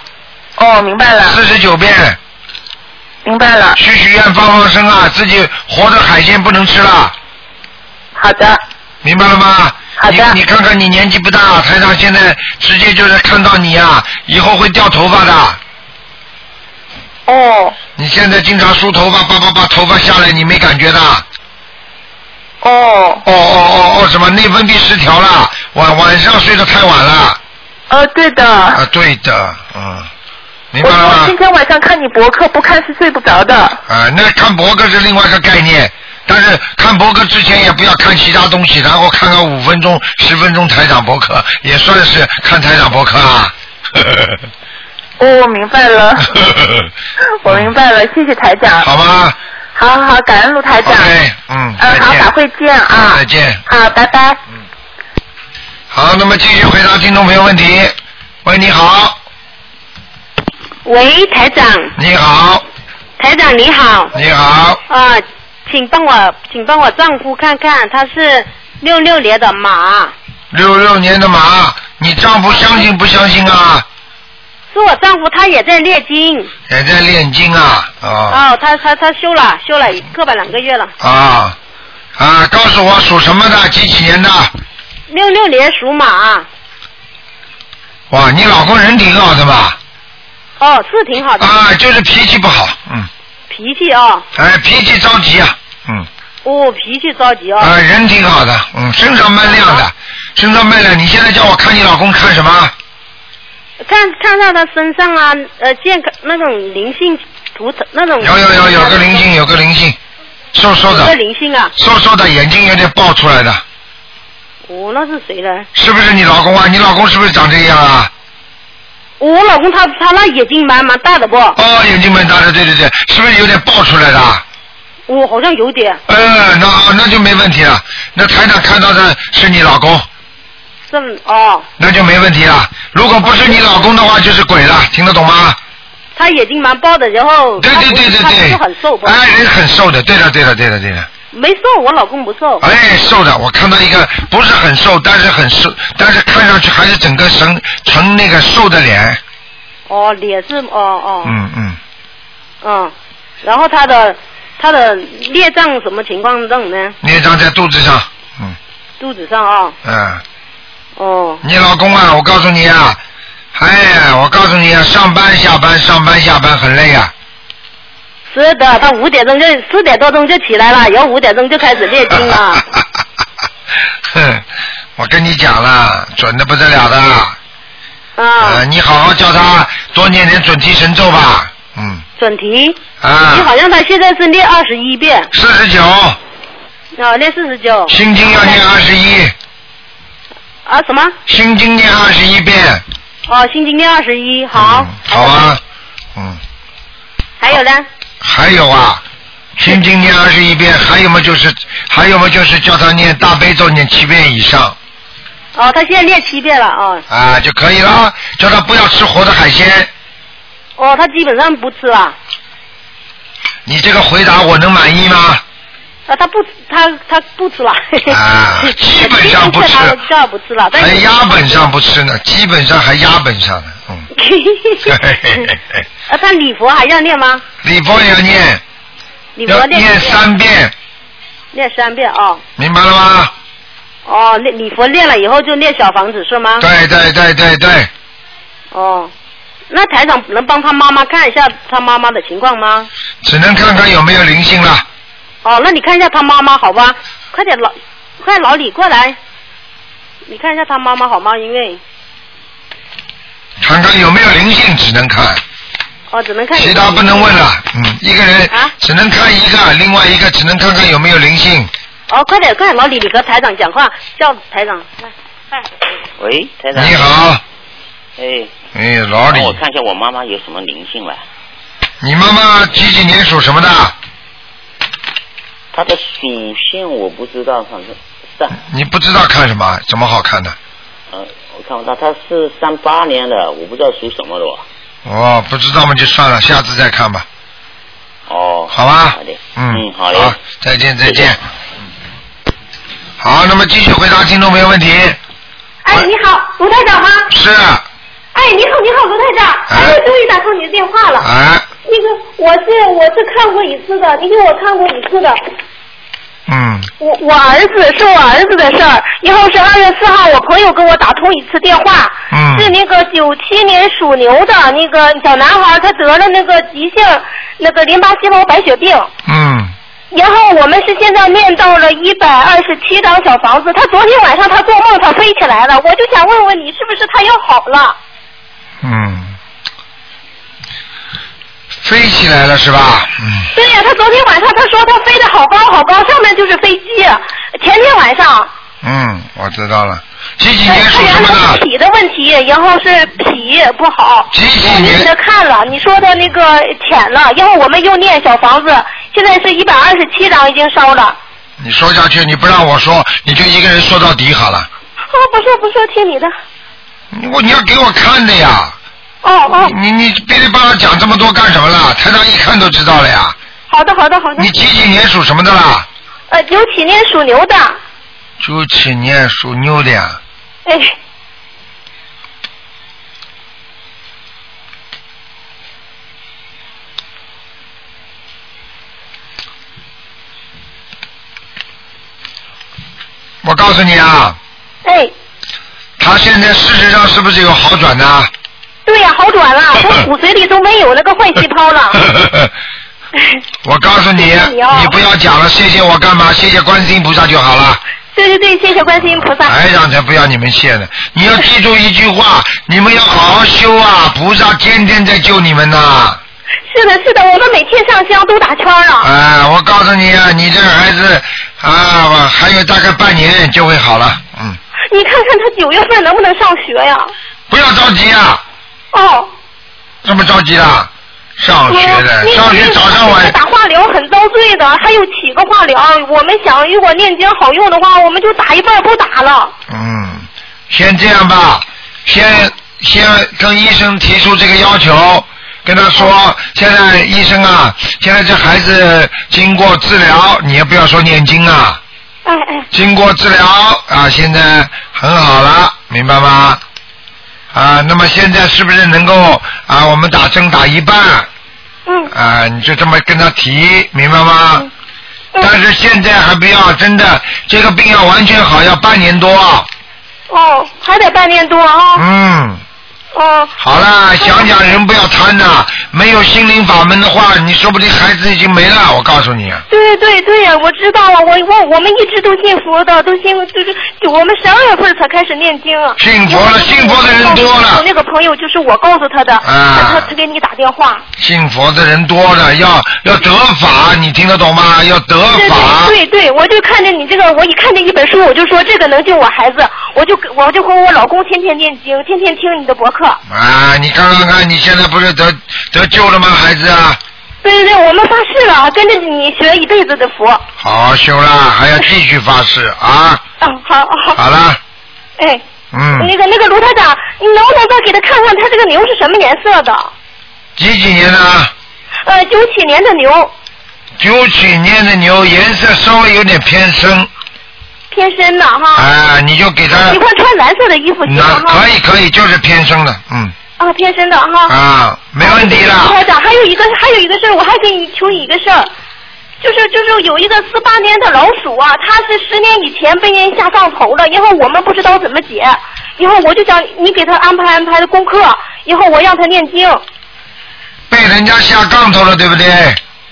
Speaker 6: 哦，明白了，
Speaker 1: 四十九遍，
Speaker 6: 明白了。
Speaker 1: 许许愿放放生啊，自己活的海鲜不能吃了，
Speaker 6: 好的，
Speaker 1: 明白了吗？
Speaker 6: 好
Speaker 1: 你
Speaker 6: 的
Speaker 1: 你看看你年纪不大，台长现在直接就是看到你呀、以后会掉头发的。
Speaker 6: 哦
Speaker 1: 你现在经常梳头发，叭叭叭，头发下来你没感觉的？
Speaker 6: 哦，
Speaker 1: 哦哦哦哦，什么内分泌失调了？晚晚上睡得太晚了？
Speaker 6: 呃，对的。
Speaker 1: 啊，对的，嗯，明
Speaker 6: 我
Speaker 1: 白了
Speaker 6: 我
Speaker 1: 吗
Speaker 6: 今？天晚上看你博客，不看是睡不着的。
Speaker 1: 啊，那看博客是另外一个概念，但是看博客之前也不要看其他东西，然后看看五分钟、十分钟台长博客，也算是看台长博客啊。
Speaker 6: 哦，我明白了， 我明白了，谢谢台长。
Speaker 1: 嗯好吗
Speaker 6: 好好好，感恩卢台长。
Speaker 1: ？OK，嗯，
Speaker 6: 嗯，
Speaker 1: 再
Speaker 6: 好，
Speaker 1: 见嗯
Speaker 6: 法。会见啊。
Speaker 1: 再见。
Speaker 6: 好，拜拜。
Speaker 1: 好，那么继续回答听众朋友问题。喂，你好，
Speaker 7: 喂，台长，
Speaker 1: 你好，
Speaker 7: 台长你好，
Speaker 1: 你好，
Speaker 7: 啊、请帮我，请帮我丈夫看看，他是六六年的马，
Speaker 1: 六六年的马，你丈夫相信不相信啊？
Speaker 7: 是我丈夫，他也在念经，
Speaker 1: 也在念经啊，啊、
Speaker 7: 哦，他他他修了，修了个把两个月了，
Speaker 1: 啊啊！告诉我属什么的，几几年的？
Speaker 7: 六六年属马，
Speaker 1: 哇，你老公人挺好的吧？
Speaker 7: 哦，是挺好的，
Speaker 1: 啊，就是脾气不好，嗯，
Speaker 7: 脾气啊、
Speaker 1: 哎，脾气着急啊，嗯，
Speaker 7: 哦，脾气着急
Speaker 1: 啊，
Speaker 7: 哦，啊
Speaker 1: 人挺好的，嗯，身上蛮亮的，身上蛮亮。你现在叫我看你老公看什么？
Speaker 7: 看看到他身上啊，呃，健康那种灵性图腾那种，
Speaker 1: 有有有有个灵性，有个灵性，瘦瘦
Speaker 7: 有个
Speaker 1: 的，
Speaker 7: 灵性啊，
Speaker 1: 瘦瘦的，眼睛有点爆出来的，
Speaker 7: 哦，那是谁呢？
Speaker 1: 是不是你老公啊？你老公是不是长这样啊？
Speaker 7: 我老公他他那眼睛蛮蛮大的不？
Speaker 1: 哦，眼睛蛮大的，对对对，是不是有点爆出来的啊？
Speaker 7: 我好像有点，
Speaker 1: 呃，那好那就没问题了。那台长看到的是你老公，
Speaker 7: 这哦，
Speaker 1: 那就没问题了。如果不是你老公的话，就是鬼了，听得懂吗？
Speaker 7: 他眼睛蛮包的，然后
Speaker 1: 对
Speaker 7: 他
Speaker 1: 对
Speaker 7: 不
Speaker 1: 对对
Speaker 7: 他不
Speaker 1: 对，
Speaker 7: 是很瘦不？
Speaker 1: 哎，人很瘦的，对的对的对的对的，
Speaker 7: 没瘦，我老公不瘦。
Speaker 1: 哎，瘦的，我看到一个不是很瘦，但是很瘦，但是看上去还是整个呈呈那个瘦的脸，
Speaker 7: 哦，脸是哦哦
Speaker 1: 嗯嗯，
Speaker 7: 嗯，然后他的他的裂胀什么情况这种呢？
Speaker 1: 那张在肚子上，嗯
Speaker 7: 肚子上啊、
Speaker 1: 嗯。
Speaker 7: 哦，
Speaker 1: 你老公啊，我告诉你啊，哎呀，我告诉你啊，上班下班上班下班很累啊，
Speaker 7: 是的，他五点钟就四点多钟就起来了，然后五点钟就开始念经 了。
Speaker 1: 哼，我跟你讲了，准的不得了的。呃，
Speaker 7: 啊，
Speaker 1: 你好好叫他多念点准提神咒吧。嗯。
Speaker 7: 准提，你
Speaker 1: 啊
Speaker 7: 好。像他现在是念二十一遍，
Speaker 1: 四十九，
Speaker 7: 啊，念四十九，
Speaker 1: 心经要念二十一，
Speaker 7: 啊什么？
Speaker 1: 心经念二十一遍。
Speaker 7: 哦，心经念二十一，好
Speaker 1: 嗯，好啊。嗯，
Speaker 7: 还有呢？
Speaker 1: 还有啊，心经念二十一遍，还有么就是，还有么就是叫他念大悲咒念七遍以上
Speaker 7: 哦，他现在练七遍了啊、
Speaker 1: 啊就可以了。叫他不要吃活的海鲜。
Speaker 7: 哦，他基本上不吃了。啊
Speaker 1: 你这个回答我能满意吗？
Speaker 7: 啊，他不吃，他他不吃了。
Speaker 1: 啊基本上不吃
Speaker 7: 基本上他不吃了，但
Speaker 1: 还
Speaker 7: 是
Speaker 1: 压本上不吃呢，基本上还压本上呢。嗯，嘿嘿嘿嘿嘿
Speaker 7: 啊，他礼佛还要念吗？
Speaker 1: 礼佛也要念，
Speaker 7: 礼佛
Speaker 1: 要
Speaker 7: 念
Speaker 1: 念
Speaker 7: 几遍
Speaker 1: 三遍，
Speaker 7: 念三遍哦。
Speaker 1: 明白了吗？
Speaker 7: 哦，念礼佛念了以后就念小房子是吗？
Speaker 1: 对对对对对，
Speaker 7: 哦，那台长能帮他妈妈看一下他妈妈的情况吗？
Speaker 1: 只能看看有没有灵性了。
Speaker 7: 哦，那你看一下他妈妈好吧？快点老，快老李过来，
Speaker 8: 你看一下他妈妈好吗？因为
Speaker 1: 看看有没有灵性，只能看，
Speaker 8: 哦，只能看
Speaker 1: 其他不能问了。嗯，一个人
Speaker 8: 啊
Speaker 1: 只能看一个，另外一个只能看看有没有灵性。
Speaker 8: 哦，快点快点，老李，你和台长讲话，叫台长来。
Speaker 9: 喂，台长。
Speaker 1: 你。好，
Speaker 9: 哎，
Speaker 1: 哎，老李
Speaker 9: 帮，
Speaker 10: 哦
Speaker 9: 我看一下我妈妈有什么灵性了。
Speaker 1: 你妈妈几几年属什么的？
Speaker 9: 她的属性我不知道，反正是啊，
Speaker 1: 你不知道看什么？怎么好看的？
Speaker 9: 呃，我看不到，她是三八年的，我不知道属什么的哦。
Speaker 1: 哦，不知道嘛就算了，下次再看吧，
Speaker 9: 哦。
Speaker 1: 好吧？
Speaker 9: 好的。
Speaker 1: 嗯，
Speaker 9: 好嘞。
Speaker 1: 好，再见，再
Speaker 9: 再
Speaker 1: 见
Speaker 9: 见。
Speaker 1: 好，那么继续回答听众朋友问题。
Speaker 11: 哎，你好，卢台长吗？
Speaker 1: 是，啊
Speaker 11: 哎，你好，你好，卢台长，
Speaker 1: 哎
Speaker 11: 哎，我终于打通你的电话了。
Speaker 1: 哎，
Speaker 11: 那个，我是我是看过一次的，你给我看过一次的。
Speaker 1: 嗯，
Speaker 11: 我我儿子是我儿子的事儿，然后是二月四号，我朋友给我打通一次电话，
Speaker 1: 嗯
Speaker 11: 是那个九七年属牛的那个小男孩，他得了那个急性那个淋巴细胞白血病，
Speaker 1: 嗯，
Speaker 11: 然后我们是现在念到了一百二十七张小房子，他昨天晚上他做梦他飞起来了，我就想问问你是不是他要好了？
Speaker 1: 嗯，飞起来了是吧？嗯，
Speaker 11: 对呀、他昨天晚上他说他飞得好高好高，上面就是飞机。啊前天晚上，
Speaker 1: 嗯，我知道了。几几
Speaker 11: 呃
Speaker 1: 年
Speaker 11: 他
Speaker 1: 属什
Speaker 11: 原
Speaker 1: 么
Speaker 11: 来是
Speaker 1: 的？
Speaker 11: 脾的问题，然后是脾不好。
Speaker 1: 几几
Speaker 11: 我给他
Speaker 1: 年？
Speaker 11: 看了，你说的那个浅了，然后我们又念小房子，现在是一百二十七张已经烧了。啊，
Speaker 1: 你说下去，你不让我说，你就一个人说到底好了。
Speaker 11: 哦不是不是，听你的。
Speaker 1: 我你要给我看的呀。
Speaker 11: 哦哦，
Speaker 1: 你你噼里啪啦讲这么多干什么啦？台长一看都知道了呀。
Speaker 11: 好的好的好的
Speaker 1: 你。几几年属什么的啦？
Speaker 11: 呃，九七年属牛的，
Speaker 1: 九七年属牛的呀。
Speaker 11: 哎，
Speaker 1: 我告诉你啊，
Speaker 11: 哎，
Speaker 1: 他现在事实上是不是有好转呢？
Speaker 11: 对呀、好转了，他骨髓里都没有那个坏细胞了。
Speaker 1: 我告诉你，
Speaker 11: 谢谢你哦
Speaker 1: 你不要讲了，谢谢我干嘛？谢谢观世音菩萨就好了。
Speaker 11: 对对对，谢谢观世音菩萨。
Speaker 1: 台长才不要你们谢呢！你要记住一句话，你们要好好修啊！菩萨天天在救你们呐、
Speaker 11: 是的，是的，我们每天上香都打圈儿啊。
Speaker 1: 啊，我告诉你啊，你这个孩子啊，我还有大概半年就会好了。嗯，
Speaker 11: 你看看他九月份能不能上学呀、
Speaker 1: 不要着急啊，
Speaker 11: 哦，
Speaker 1: 这么着急啦？上
Speaker 11: 我
Speaker 1: 学的，
Speaker 11: 那
Speaker 1: 上学
Speaker 11: 个
Speaker 1: 早上晚
Speaker 11: 打化疗很遭罪的，还有起个化疗。我们想，如果念经好用的话，我们就打一半不打了。
Speaker 1: 嗯，先这样吧，先先跟医生提出这个要求，跟他说，现在医生啊，现在这孩子经过治疗，你也不要说念经啊，
Speaker 11: 哎哎，
Speaker 1: 经过治疗啊，现在很好了，明白吗？啊，那么现在是不是能够啊，我们打针打一半
Speaker 11: 嗯
Speaker 1: 啊，你就这么跟他提，明白吗？但
Speaker 11: 嗯，
Speaker 1: 是现在还不要，真的，这个病要完全好要半年多。
Speaker 11: 哦，还得半年多啊、
Speaker 1: 嗯，
Speaker 11: 哦，
Speaker 1: 好了，想想人不要贪呐、没有心灵法门的话，你说不定孩子已经没了。我告诉你，
Speaker 11: 对对对呀，我知道啊，我我我们一直都信佛的，都信就是就我们十二月份才开始念经啊。
Speaker 1: 信佛了，信佛的人多
Speaker 11: 我
Speaker 1: 了
Speaker 11: 那，个朋友就是我告诉他的，
Speaker 1: 啊
Speaker 11: 他他给你打电话。
Speaker 1: 信佛的人多了，要要得法，你听得懂吗？要得
Speaker 11: 对
Speaker 1: 法。
Speaker 11: 对对对，我就看着你这个，我一看见一本书，我就说这个能救我孩子，我就我就和我老公天天念经，天天听你的博客。
Speaker 1: 啊，你看看看，你现在不是得得救了吗，孩子啊？
Speaker 11: 对对对，我们发誓了，跟着你学一辈子的
Speaker 1: 啊
Speaker 11: 佛。
Speaker 1: 好好修啦，还要继续发誓啊！
Speaker 11: 嗯，好好，
Speaker 1: 好了，
Speaker 11: 哎，那
Speaker 1: 啊嗯，
Speaker 11: 个那个卢台长，你能不能再给他看看他这个牛是什么颜色的？
Speaker 1: 几几年的啊？
Speaker 11: 呃，九七年的牛，
Speaker 1: 九几年的牛颜色稍微有点偏深，
Speaker 11: 偏深的哈，
Speaker 1: 啊，你就给它
Speaker 11: 喜，欢穿蓝色的衣服，喜
Speaker 1: 那
Speaker 11: 欢哈
Speaker 1: 可，以可以，就是偏深的，嗯，
Speaker 11: 啊，偏深的哈。
Speaker 1: 啊，没问题
Speaker 11: 卢
Speaker 1: 啦
Speaker 11: 台，长，还有一个还有一个事儿，我还给你求你一个事儿，就是就是有一个四八年的老鼠啊，它是十年以前被人下杠头了，然后我们不知道怎么解，然后我就想你给他安排安排的功课，然后我让他念经。
Speaker 1: 被人家下杠头了，对不对？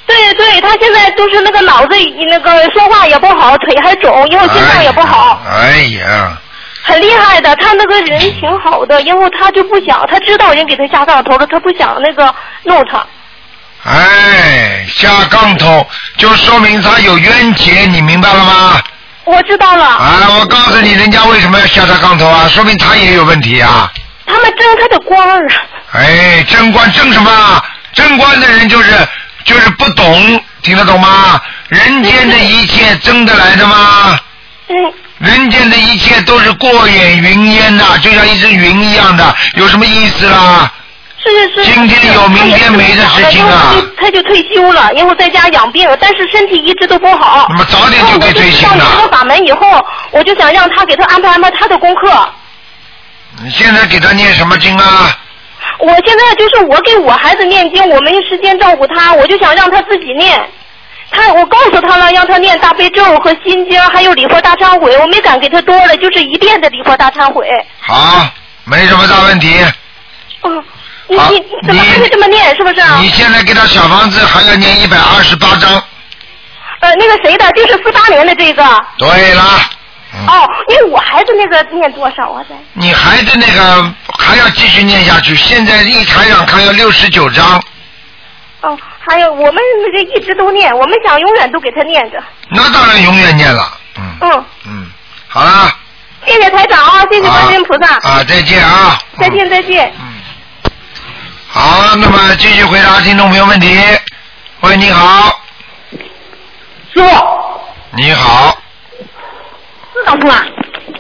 Speaker 11: 对对，他现在就是那个脑子那个说话也不好，腿还肿，然后心脏也不好。
Speaker 1: 哎哎呀，
Speaker 11: 很厉害的，他那个人挺好的，然后他就不想，他知道人给他下杠头了，他不想那个弄他。
Speaker 1: 哎，下杠头就说明他有冤结，你明白了吗？
Speaker 11: 我知道了，
Speaker 1: 啊，我告诉你，人家为什么要下他杠头啊？说明他也有问题啊！
Speaker 11: 他们争他的官儿啊，
Speaker 1: 哎，争官争什么啊？争官的人就是就是不懂，听得懂吗？人间的一切争得来的吗？
Speaker 11: 嗯，
Speaker 1: 人间的一切都是过眼云烟呐、就像一只云一样的，有什么意思啦？
Speaker 11: 是是是。
Speaker 1: 今天有明天没的事情啊
Speaker 11: 他也不想了然后他就他就退休了，然后在家养病，但是身体一直都不好。
Speaker 1: 那么早点就给退休
Speaker 11: 然后我就知道你这
Speaker 1: 了
Speaker 11: 个。法门以后，我就想让他给他安排安排他的功课。
Speaker 1: 你现在给他念什么经啊？
Speaker 11: 我现在就是我给我孩子念经，我没时间照顾他，我就想让他自己念。他我告诉他了，让他念大悲咒和心经，还有礼佛大忏悔，我没敢给他多了，就是一遍的礼佛大忏悔。
Speaker 1: 好，没什么大问题。
Speaker 11: 嗯，你
Speaker 1: 好
Speaker 11: 你你怎么还
Speaker 1: 你
Speaker 11: 会这么念？是不是啊？
Speaker 1: 你现在给他小房子还要念一百二十八章。
Speaker 11: 呃，那个谁的，就是四八年的这个。
Speaker 1: 对啦，嗯，
Speaker 11: 哦，因为我孩子那个念多少啊？在
Speaker 1: 你孩子那个还要继续念下去，现在一台长看要六十九章，
Speaker 11: 哦，还有我们这一直都念，我们想永远都给他念着。
Speaker 1: 那当然永远念了。嗯
Speaker 11: 嗯，
Speaker 1: 嗯，好啦，
Speaker 11: 谢谢台长啊，谢谢观世音菩萨，
Speaker 1: 啊，再见啊，
Speaker 11: 再见
Speaker 1: 嗯。
Speaker 11: 再见。
Speaker 1: 好，那么继续回答听众朋友问题。喂，你好，
Speaker 8: 师傅，
Speaker 1: 你好，
Speaker 8: 是长是吧？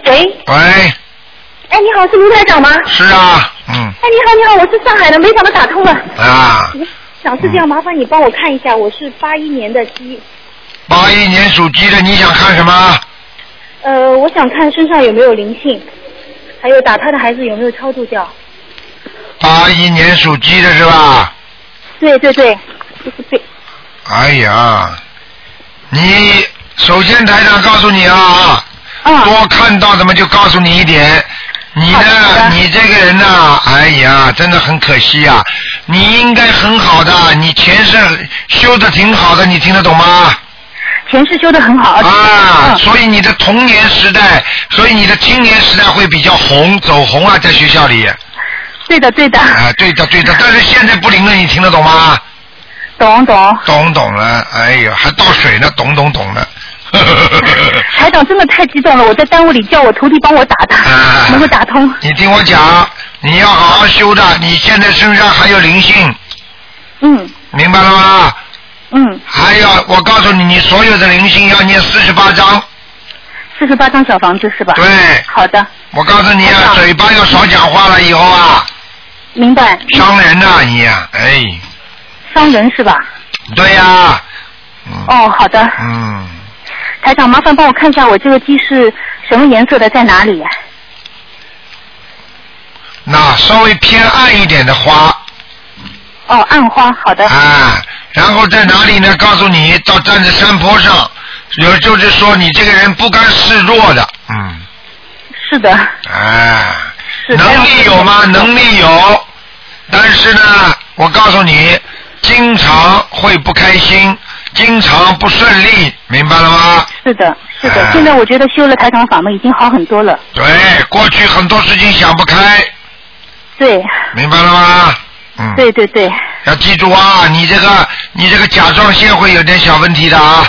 Speaker 8: 喂，
Speaker 1: 喂，
Speaker 8: 哎，你好，是卢台长吗？哎，
Speaker 1: 是啊，嗯，
Speaker 8: 你好，你好，我是上海的，没想到打通了。
Speaker 1: 啊，
Speaker 8: 想是这样，麻烦你帮我看一下，我是八一年的鸡，
Speaker 1: 八一年属鸡的，你想看什么？
Speaker 8: 呃，我想看身上有没有灵性，还有打他的孩子有没有超度掉。
Speaker 1: 八一年属鸡的是吧？
Speaker 8: 对对对，就是对，
Speaker 1: 哎呀，你首先台长告诉你啊，
Speaker 8: 啊，
Speaker 1: 多看到什么就告诉你一点。你
Speaker 8: 好的好
Speaker 1: 呢
Speaker 8: 的？
Speaker 1: 你这个人呐、哎呀，真的很可惜呀、你应该很好的，你前世修的挺好的，你听得懂吗？
Speaker 8: 前世修的很好，
Speaker 1: 啊，
Speaker 8: 嗯
Speaker 1: 所以你的童年时代，所以你的青年时代会比较红，走红啊，在学校里。
Speaker 8: 对的对的，
Speaker 1: 啊，对的对的，但是现在不灵了，你听得懂吗？
Speaker 8: 懂懂。
Speaker 1: 懂懂了，哎呦，还倒水呢，懂懂懂了。
Speaker 8: 台长真的太激动了，我在单位里叫我徒弟帮我打
Speaker 1: 啊
Speaker 8: 他，能够打通。
Speaker 1: 你听我讲，你要好好修的，你现在身上还有灵性，
Speaker 8: 嗯
Speaker 1: 明白了吗？
Speaker 8: 嗯，
Speaker 1: 还要我告诉你，你所有的灵性要念四十八章。
Speaker 8: 四十八张小房子是吧？
Speaker 1: 对，
Speaker 8: 好的，
Speaker 1: 我告诉你
Speaker 8: 好
Speaker 1: 啊，
Speaker 8: 的
Speaker 1: 嘴巴要少讲话了，以后啊，
Speaker 8: 明白。
Speaker 1: 伤人呐、你、啊，哎，
Speaker 8: 伤人是吧？
Speaker 1: 对呀、嗯、
Speaker 8: 哦，好的，
Speaker 1: 嗯，
Speaker 8: 台长，麻烦帮我看一下我这个鸡是什么颜色的，在哪里？
Speaker 1: 那稍微偏暗一点的花，
Speaker 8: 哦，暗花，好的，
Speaker 1: 啊，然后在哪里呢？告诉你，到站在山坡上，也就是说你这个人不甘示弱的，嗯，
Speaker 8: 是的，
Speaker 1: 啊，
Speaker 8: 是的
Speaker 1: 能力有吗？能力有，但是呢，我告诉你，经常会不开心，经常不顺利，明白了吗？
Speaker 8: 是的，是的。
Speaker 1: 啊
Speaker 8: 现在我觉得修了台长法门已经好很多了。
Speaker 1: 对，过去很多事情想不开，
Speaker 8: 对，
Speaker 1: 明白了吗？嗯，
Speaker 8: 对对对，
Speaker 1: 要记住啊，你这个你这个甲状腺会有点小问题的啊，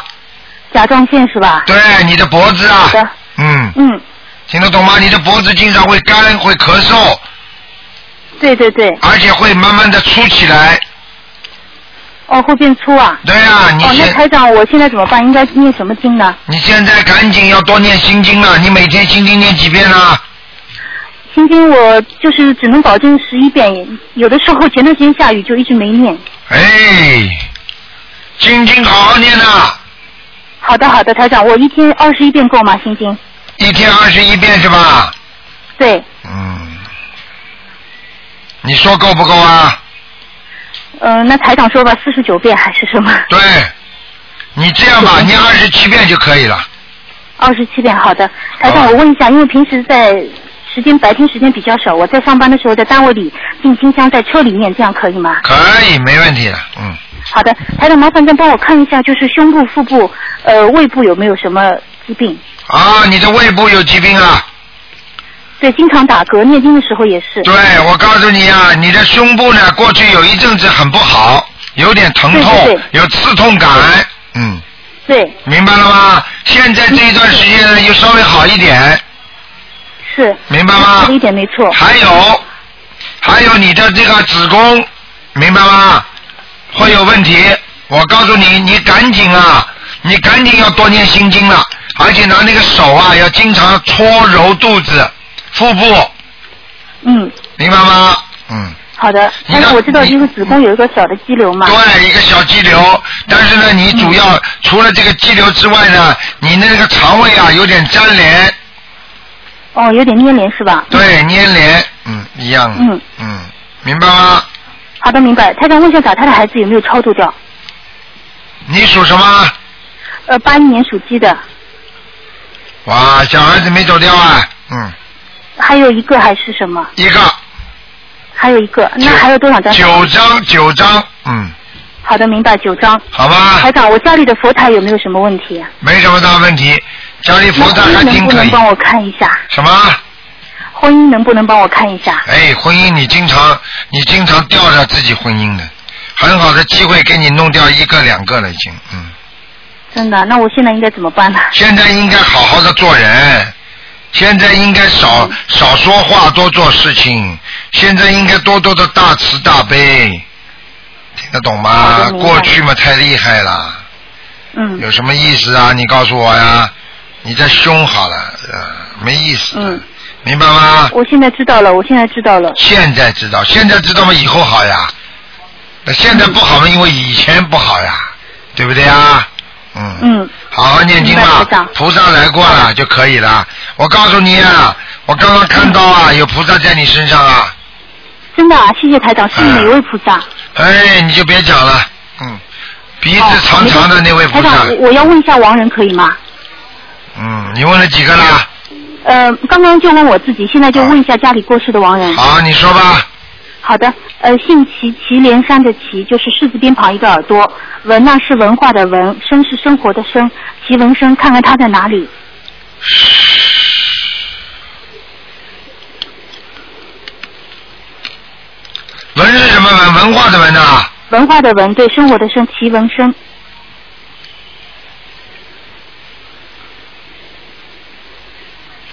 Speaker 8: 甲状腺是吧？
Speaker 1: 对，你的脖子啊
Speaker 8: 好，的，
Speaker 1: 嗯。
Speaker 8: 嗯，
Speaker 1: 听得懂吗？你的脖子经常会干，会咳嗽，
Speaker 8: 对对对。
Speaker 1: 而且会慢慢的粗起来。
Speaker 8: 哦，会变粗啊。
Speaker 1: 对呀、你
Speaker 8: 哦，那
Speaker 1: 现、
Speaker 8: 台长，我现在怎么办？应该念什么经呢？
Speaker 1: 你现在赶紧要多念心经啊了，你每天心经念几遍啊呢？
Speaker 8: 心经我就是只能保证十一遍，有的时候前段时间下雨就一直没念。
Speaker 1: 哎，心经好好念呐、
Speaker 8: 好的好的，台长，我一天二十一遍够吗？心经？
Speaker 1: 一天二十一遍是吧？
Speaker 8: 对，
Speaker 1: 嗯，你说够不够啊？
Speaker 8: 呃，那台长说吧，四十九遍还是什么？
Speaker 1: 对，你这样吧，念二十七遍就可以了。
Speaker 8: 二十七遍，好的。台
Speaker 1: 好
Speaker 8: 长，
Speaker 1: 吧
Speaker 8: 我问一下，因为平时在时间白天时间比较少，我在上班的时候在单位里进清香，在车里面，这样可以吗？
Speaker 1: 可以，没问题的，嗯。
Speaker 8: 好的，台长，麻烦再帮我看一下，就是胸部、腹部、呃胃部有没有什么疾病？
Speaker 1: 啊，你的胃部有疾病啊？
Speaker 8: 对，经常打嗝，念经的时候也是。
Speaker 1: 对，哎我告诉你啊，你的胸部呢，过去有一阵子很不好，有点疼痛，
Speaker 8: 对对对
Speaker 1: 有刺痛感，嗯，
Speaker 8: 对，
Speaker 1: 明白了吗？现在这一段时间呢，又稍微好一点，
Speaker 8: 是。
Speaker 1: 明白吗
Speaker 8: 说的一点没错。
Speaker 1: 还有，还有你的这个子宫，明白吗？会有问题。我告诉你，你赶紧啊，你赶紧要多念心经了，而且拿那个手啊，要经常搓揉肚子、腹部，
Speaker 8: 嗯，
Speaker 1: 明白吗？嗯，
Speaker 8: 好的。
Speaker 1: 你的
Speaker 8: 但是我知道，就是子宫有一个小的肌瘤嘛。
Speaker 1: 对，一个小肌瘤，但是
Speaker 8: 嗯
Speaker 1: 呢，你主要除了这个肌瘤之外呢，你那个肠胃啊有点粘连，
Speaker 8: 哦，有点粘连是吧？
Speaker 1: 对，粘连，嗯，一样的，
Speaker 8: 嗯
Speaker 1: 嗯，明白吗？
Speaker 8: 好的，明白。台长问一下，打胎的孩子有没有超度掉？
Speaker 1: 你属什么？
Speaker 8: 呃，八一年属鸡的，
Speaker 1: 哇，小孩子没走掉啊，嗯，
Speaker 8: 还有一个还是什么？
Speaker 1: 一个
Speaker 8: 还有一个，那
Speaker 1: 九
Speaker 8: 还有多少张？
Speaker 1: 九张九张，啊嗯，
Speaker 8: 好的，明白，九张。
Speaker 1: 好
Speaker 8: 台
Speaker 1: 吧，
Speaker 8: 长，我家里的佛台有没有什么问题啊？
Speaker 1: 没什么大问题，家里佛台还
Speaker 8: 婚姻
Speaker 1: 挺
Speaker 8: 嗯能不
Speaker 1: 可
Speaker 8: 能
Speaker 1: 以。
Speaker 8: 帮我看一下？
Speaker 1: 什么？
Speaker 8: 婚姻能不能帮我看一下？
Speaker 1: 哎，婚姻你经常你经常吊着自己婚姻的，很好的机会给你弄掉一个两个了已经，嗯，
Speaker 8: 真的，那我现在应该怎么办啊呢？
Speaker 1: 现在应该好好的做人，现在应该少
Speaker 8: 嗯
Speaker 1: 少说话，多做事情，现在应该多多的大慈大悲，听得懂
Speaker 8: 好
Speaker 1: 吗
Speaker 8: 的？明白
Speaker 1: 过去嘛太厉害了。
Speaker 8: 嗯
Speaker 1: 有什么意思啊？你告诉我呀。你再凶好了，呃，没意思的，
Speaker 8: 嗯，
Speaker 1: 明白吗？
Speaker 8: 我现在知道了，我现在知道了。
Speaker 1: 现在知道，现在知道嘛，以后好呀。
Speaker 8: 嗯
Speaker 1: 那现在不好嘛，因为以前不好呀，对不对呀？嗯。
Speaker 8: 嗯，
Speaker 1: 好好念经
Speaker 8: 明白
Speaker 1: 吧
Speaker 8: 台长，
Speaker 1: 菩萨来过了就可以了。我告诉你啊，我刚刚看到啊，有菩萨在你身上啊。
Speaker 8: 真的啊，谢谢台长，是
Speaker 1: 嗯
Speaker 8: 哪位菩萨？
Speaker 1: 哎，你就别讲了，嗯，鼻子长长的那位菩
Speaker 8: 台
Speaker 1: 萨
Speaker 8: 长，，我我要问一下亡人可以吗？
Speaker 1: 嗯，你问了几个了？
Speaker 8: 呃，刚刚就问我自己，现在就问一下家里过世的亡人。
Speaker 1: 好，你说吧。
Speaker 8: 好的，呃，姓祁，祁连山的祁，就是柿字边旁一个耳朵，文呢是文化的文，生是生活的生，祁文生，看看他在哪里。
Speaker 1: 文是什么文？文化的啊文呐、
Speaker 8: 文化的文对生活的生，祁文生。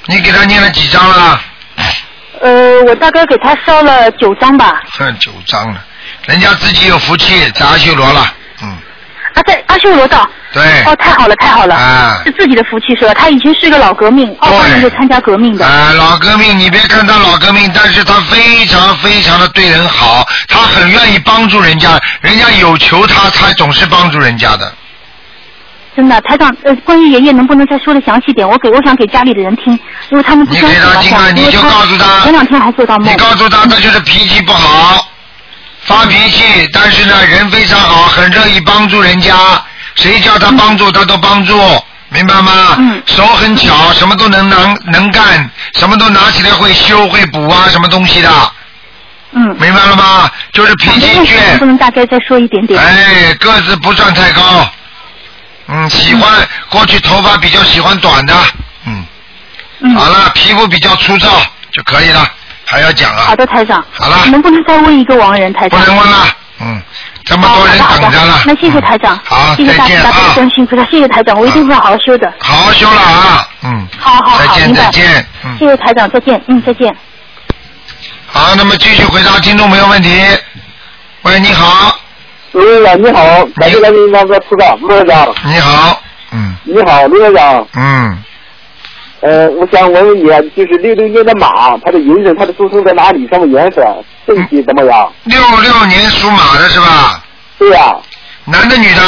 Speaker 1: 你给他念了几章了？
Speaker 8: 呃，我大概给他烧了九张吧。
Speaker 1: 哼，九章了。人家自己有福气，在阿修罗了。嗯，
Speaker 8: 啊，在阿修罗道。
Speaker 1: 对。
Speaker 8: 哦，太好了，太好了。
Speaker 1: 啊
Speaker 8: 是自己的福气是吧？他以前是个老革命，哦二八年就参加革命的。
Speaker 1: 啊，老革命，你别看他老革命，但是他非常非常的对人好，他很愿意帮助人家，人家有求他，他总是帮助人家的。
Speaker 8: 真的，台长，呃，关于爷爷能不能再说的详细点？我给我想给家里的人听，因为他们不
Speaker 1: 你
Speaker 8: 相
Speaker 1: 给
Speaker 8: 信
Speaker 1: 他
Speaker 8: 我
Speaker 1: 听啊，
Speaker 8: 想，因
Speaker 1: 你
Speaker 8: 为
Speaker 1: 就告诉他。
Speaker 8: 前两天还做到梦
Speaker 1: 你。告诉他，他就是脾气不好，发脾气，但是呢，人非常好，很乐意帮助人家，谁叫他帮助，他都帮助。明白吗？
Speaker 8: 嗯
Speaker 1: 手很巧，什么都能能能干，什么都拿起来会修会补啊，什么东西的，
Speaker 8: 嗯。
Speaker 1: 明白了吗？就是脾
Speaker 8: 反
Speaker 1: 气
Speaker 8: 正问题能不
Speaker 1: 倔，
Speaker 8: 能大概再说一点点？
Speaker 1: 哎，个子不算太高，嗯，喜欢、过去头发比较喜欢短的，嗯，
Speaker 8: 嗯，
Speaker 1: 好了，皮肤比较粗糙就可以了，还要讲啊？
Speaker 8: 好的，台长。
Speaker 1: 好了
Speaker 8: 能不能再问一个亡人，台
Speaker 1: 不
Speaker 8: 长？
Speaker 1: 能问了，嗯，这么多人
Speaker 8: 哦好的
Speaker 1: 等着
Speaker 8: 好
Speaker 1: 了
Speaker 8: 的。那谢谢台长，
Speaker 1: 嗯好，
Speaker 8: 谢谢大
Speaker 1: 再
Speaker 8: 慈
Speaker 1: 见
Speaker 8: 大悲
Speaker 1: 啊，
Speaker 8: 观世音菩萨，谢谢台长，我一定会好好修的。
Speaker 1: 好好修了啊，嗯，
Speaker 8: 好好
Speaker 1: 再
Speaker 8: 好，
Speaker 1: 见
Speaker 8: 明
Speaker 1: 再
Speaker 8: 白。
Speaker 1: 见，嗯，
Speaker 8: 谢谢台长，再见，嗯，再见。
Speaker 1: 好，那么继续回答听众朋友问题。喂，你好，
Speaker 12: 卢院长你好，感谢来宾帮个菩萨，卢院长
Speaker 1: 你好，嗯
Speaker 12: 你好，卢院长，
Speaker 1: 嗯，
Speaker 12: 呃，我想问问你，就是六六年的马，它的银子，它的出生在哪里，什么颜色，身体怎么样？
Speaker 1: 六六年属马的是吧？
Speaker 12: 对呀、
Speaker 1: 男的女的？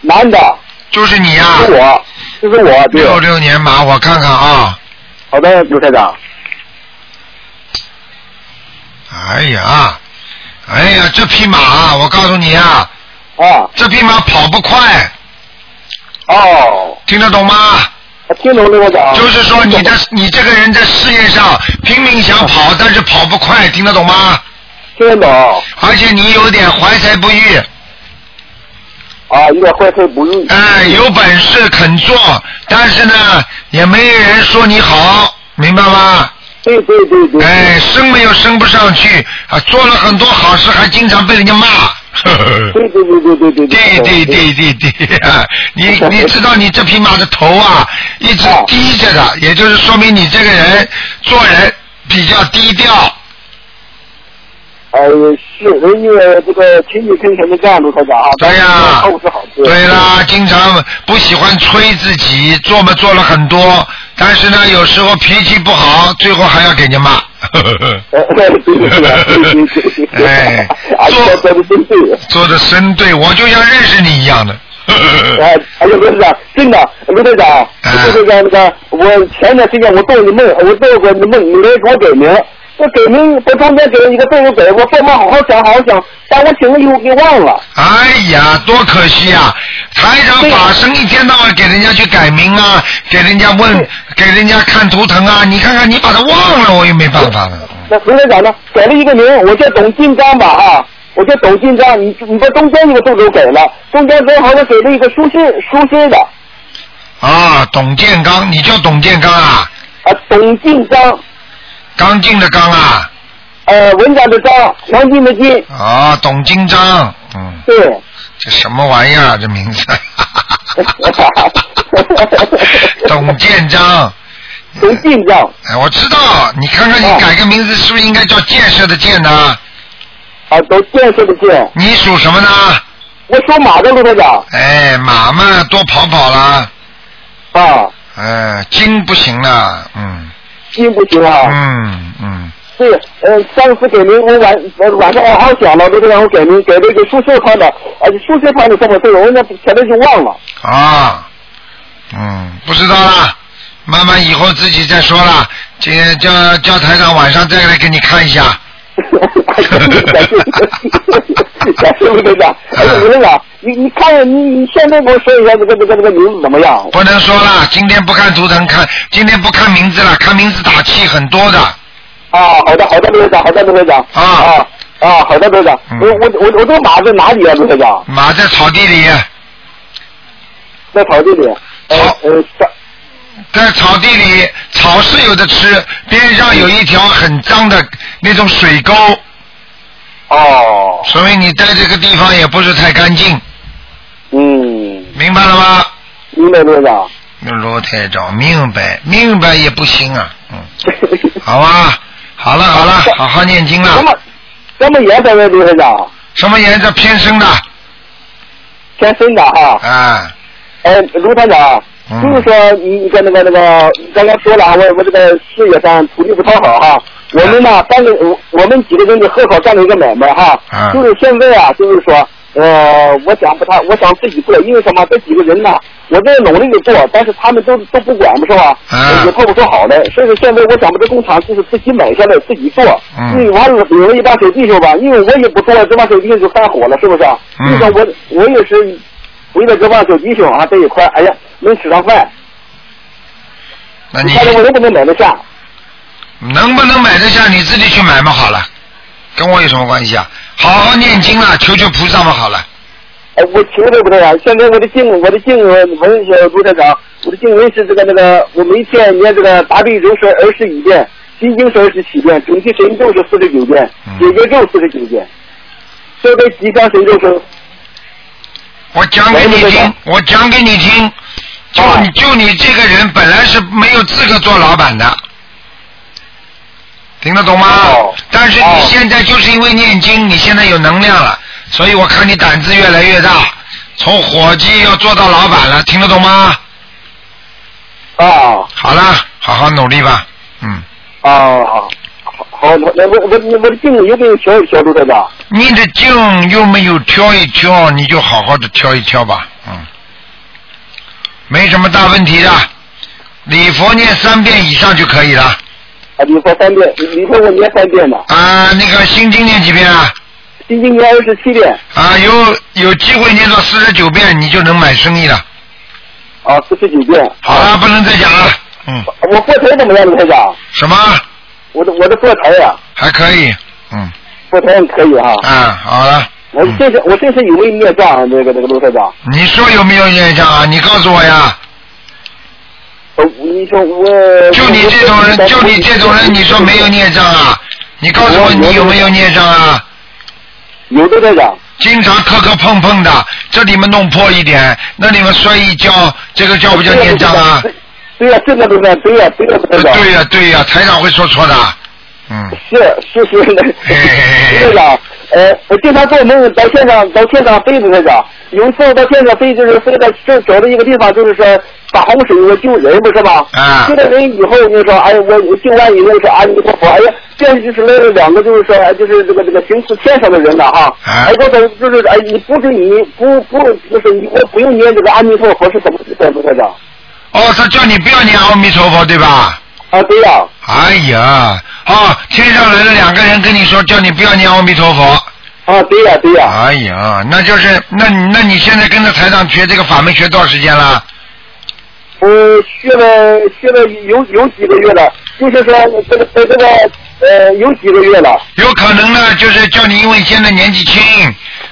Speaker 12: 男的，
Speaker 1: 就是你呀、
Speaker 12: 是我，这是我，对，
Speaker 1: 六六年马，我看看啊，
Speaker 12: 好的，刘台长，
Speaker 1: 哎呀，哎呀，这匹马，我告诉你啊，
Speaker 12: 啊，
Speaker 1: 这匹马跑不快，
Speaker 12: 哦，啊
Speaker 1: 听得懂吗？
Speaker 12: 听懂刘台长，
Speaker 1: 就是说你的你这个人在事业上拼命想跑，但是跑不快，听得懂吗？
Speaker 12: 啊听得懂，
Speaker 1: 而且你有点怀才不遇，
Speaker 12: 啊，有点怀才不遇，
Speaker 1: 哎、有本事肯做，但是呢，也没人说你好，明白吗？
Speaker 12: 对对对对。
Speaker 1: 哎，升没有升不上去啊，做了很多好事，还经常被人家骂。呵呵呵
Speaker 12: 对对对对对对
Speaker 1: 对对对对对，啊你你知道你这匹马的头啊一直低着的，也就是说明你这个人做人比较低调。
Speaker 12: 呃，是，因为这个情侣跟前的站路，台长啊，
Speaker 1: 对呀
Speaker 12: 都是好事。
Speaker 1: 对啦，经常不喜欢吹自己，做嘛做了很多，但是呢，有时候脾气不好，最后还要给人家骂。
Speaker 12: 呃，对对对对对对。
Speaker 1: 哎
Speaker 12: 哎，
Speaker 1: 做
Speaker 12: 说的真对。
Speaker 1: 做的深对，我就像认识你一样的。
Speaker 12: 哎，哎呀，罗队长，真的，罗队长，就是那个，我前段时间我做一梦，我做过一梦，你没给我改名，我改名，我中间给了一个动物改，我做梦好好想，好好想，但我醒了以后给忘了。
Speaker 1: 哎呀，多可惜呀、台长法身一天到晚给人家去改名啊，给人家问，给人家看图腾啊，你看看你把它忘了，我也没办法了。
Speaker 12: 那刘队长呢，改了一个名，我叫董金章吧啊，我叫董金章，你你在中间一个动作改了，中间正好我给了一个舒心舒心的
Speaker 1: 啊，董建刚，你叫董建刚啊？
Speaker 12: 啊，董金章，
Speaker 1: 刚进的刚啊？
Speaker 12: 呃，文章的章，黄金的金，
Speaker 1: 啊，董金章，嗯，
Speaker 12: 对。
Speaker 1: 这什么玩意儿、啊？这名 字？董建章，
Speaker 12: 董进章，
Speaker 1: 哎，我知道，你看看你改个名字是不是应该叫建设的建呢、
Speaker 12: 啊，都建设的建，
Speaker 1: 你属什么呢？
Speaker 12: 我属马的，卢队长
Speaker 1: 哎，马嘛，多跑跑啦，
Speaker 12: 啊，
Speaker 1: 哎，筋不行了，嗯，
Speaker 12: 金不行啊。
Speaker 1: 嗯嗯，
Speaker 12: 对，呃，上次给您，我晚呃晚上好好想了，这个让我给您给了一个舒适款的，而且舒适款的这么对，我那前面就忘了。
Speaker 1: 啊，嗯，不知道啦，慢慢以后自己再说啦。今天叫叫台长晚上再来给你看一下。
Speaker 12: 感谢感谢感谢卢队长，哎呀，卢队长，你你看你你现在给我说一下这个这个这个名字怎么样？
Speaker 1: 不能说啦，今天不看图腾，看今天不看名字了，看名字打气很多的。
Speaker 12: 啊，好的好的，卢队长，好的卢队长，
Speaker 1: 啊
Speaker 12: 啊啊，好的卢队长，
Speaker 1: 嗯
Speaker 12: 我我我我这个马在哪里啊，卢队长？
Speaker 1: 马在草地里，
Speaker 12: 在草地里。呃
Speaker 1: 好
Speaker 12: 呃，上
Speaker 1: 哦在草地里，草是有的吃，边上有一条很脏的那种水沟，
Speaker 12: 哦，
Speaker 1: 说明你在这个地方也不是太干净，
Speaker 12: 嗯，
Speaker 1: 明白了吗？
Speaker 12: 明白卢队长。
Speaker 1: 罗台长，明白，明白也不行啊，嗯，好吧，好了好了，好好念经
Speaker 12: 什
Speaker 1: 了。
Speaker 12: 么什么颜色的卢队长？
Speaker 1: 什么颜色偏深的？
Speaker 12: 天生的哈。
Speaker 1: 啊，
Speaker 12: 哎，卢团长，
Speaker 1: 嗯
Speaker 12: 就是说你你跟那个那个刚刚说了啊，我我这个事业上处理不讨好哈。我们呢，干了我我们几个人就合伙干了一个买卖哈。
Speaker 1: 啊
Speaker 12: 就是现在啊，就是说，呃，我想不他，我想自己做，因为什么？这几个人呢，我在努力的做，但是他们都都不管，是吧？
Speaker 1: 啊
Speaker 12: 也做不出好来。所以说现在我想把这工厂就是自己买下来自己做。
Speaker 1: 嗯
Speaker 12: 因为完了有了一把手弟兄吧，因为我也不做，这把手弟兄就翻火了，是不啊是？
Speaker 1: 嗯
Speaker 12: 就说我我也是为了这帮手弟兄啊这一块，哎呀，能吃上饭，
Speaker 1: 那
Speaker 12: 你
Speaker 1: 你
Speaker 12: 看看我能不能买得下？
Speaker 1: 能不能买得下你自己去买嘛，好了，跟我有什么关系啊？好好念经了，求求菩萨嘛，好了。
Speaker 12: 哎，我求对不对啊？现在我的经我的经文是卢台长，我的经文是这个那个，我每天念这个大悲咒是二十一遍，心经是二十七遍，准提神咒是四十九遍
Speaker 1: 嗯，
Speaker 12: 解结咒四十九遍，这个吉祥神咒是
Speaker 1: 我讲给你听，我讲给你听，就你就你这个人本来是没有资格做老板的，听得懂吗
Speaker 12: 哦？
Speaker 1: 但是你
Speaker 12: 哦
Speaker 1: 现在就是因为念经，你现在有能量了，所以我看你胆子越来越大，从伙计要做到老板了，听得懂吗？
Speaker 12: 啊。
Speaker 1: 好了，好好努力吧，嗯，
Speaker 12: 啊，好，好，那那我我我的镜子有没有小小路的吧？
Speaker 1: 你的经有没有挑一挑，你就好好的挑一挑吧，嗯，没什么大问题的，礼佛念三遍以上就可以了。
Speaker 12: 啊，你说三遍，你你说我念三遍呢，
Speaker 1: 啊，那个心经念几遍啊？
Speaker 12: 心经念二十七遍，
Speaker 1: 啊，有有机会念到四十九遍，你就能买生意了。
Speaker 12: 啊，四十九遍。
Speaker 1: 好了，不能再讲了。嗯，
Speaker 12: 我佛台怎么样，卢台长？
Speaker 1: 什么
Speaker 12: 我的我的佛台呀、
Speaker 1: 还可以？嗯，
Speaker 12: 佛台很可以哈、
Speaker 1: 啊，好了。
Speaker 12: 我
Speaker 1: 嗯
Speaker 12: 这是我这是有没有孽障啊？那个那个卢台长，
Speaker 1: 你说有没有念障啊？你告诉我呀。
Speaker 12: 呃你说我
Speaker 1: 就你这种人，就你这种人，你说没有孽障啊？你告诉我你有没有孽障啊？
Speaker 12: 有的队长，
Speaker 1: 经常磕磕碰碰的，这里面弄破一点，那里面摔一跤，这个叫不叫孽障啊？
Speaker 12: 呃对呀，这个都在，对呀，对呀，队
Speaker 1: 呃
Speaker 12: 长，
Speaker 1: 对呀、对呀、台长会说错的。嗯，
Speaker 12: 是是是的
Speaker 1: 嘿嘿嘿，
Speaker 12: 队长，呃，我经常做梦到天上到天上飞的队长，有一次我到天上飞就是飞到这找到一个地方，就是说打洪水我救人不是吗？
Speaker 1: 啊
Speaker 12: 救了人以后就说，哎呀，我我救完以后说，阿弥陀佛，哎呀，这样就是那两个就是说，哎就是这个这个行刺天上的人了哈，
Speaker 1: 啊
Speaker 12: 哎，我等就是哎，你不是你不不就是你我不用念这个阿弥陀佛是怎么怎么队啊长？
Speaker 1: 哦，他叫你不要念阿弥陀佛，对吧？
Speaker 12: 啊，对呀、
Speaker 1: 哎呀，哦，天上来了两个人跟你说，叫你不要念阿弥陀佛。
Speaker 12: 啊，对呀、对呀、
Speaker 1: 哎呀，那就是，那你那你现在跟着台长学这个法门学多少时间了？
Speaker 12: 嗯，学了学了有有几个月了，就是说这个这个这个呃有几个月了。
Speaker 1: 有可能呢，就是叫你因为现在年纪轻，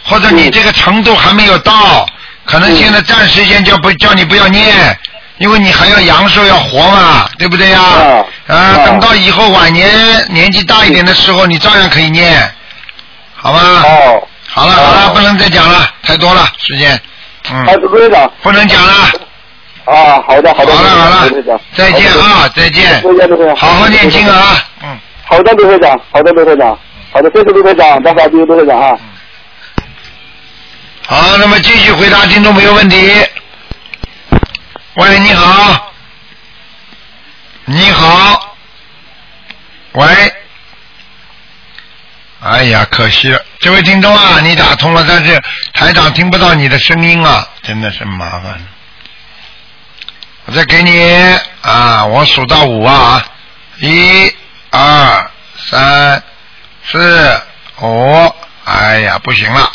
Speaker 1: 或者你
Speaker 12: 嗯
Speaker 1: 这个程度还没有到，可能现在暂时先叫不叫你不要念，因为你还要阳寿要活嘛，对不对呀？
Speaker 12: 啊
Speaker 1: 啊
Speaker 12: 啊
Speaker 1: 等到以后晚年年纪大一点的时候，你照样可以念，好吗？
Speaker 12: 哦，
Speaker 1: 好了好了，
Speaker 12: 哦
Speaker 1: 不能再讲了，太多了时间，
Speaker 12: 啊，
Speaker 1: 嗯，
Speaker 12: 队长
Speaker 1: 不能讲了，
Speaker 12: 啊，好的
Speaker 1: 好
Speaker 12: 好的，
Speaker 1: 了好
Speaker 12: 队
Speaker 1: 了
Speaker 12: 长，
Speaker 1: 再见！啊，再见，
Speaker 12: 好的再见，队长
Speaker 1: 好好念经！啊，嗯。
Speaker 12: 好的，刘队长，好的，刘队长，好的，谢谢刘队长，拜拜，刘队长啊。
Speaker 1: 好，那么继续回答听众朋友问题。喂，你好，你好，喂，哎呀，可惜了，这位听众啊，你打通了，但是台长听不到你的声音啊，真的是麻烦。我再给你啊，我数到五啊，一、二、三、四、五，哎呀，不行了。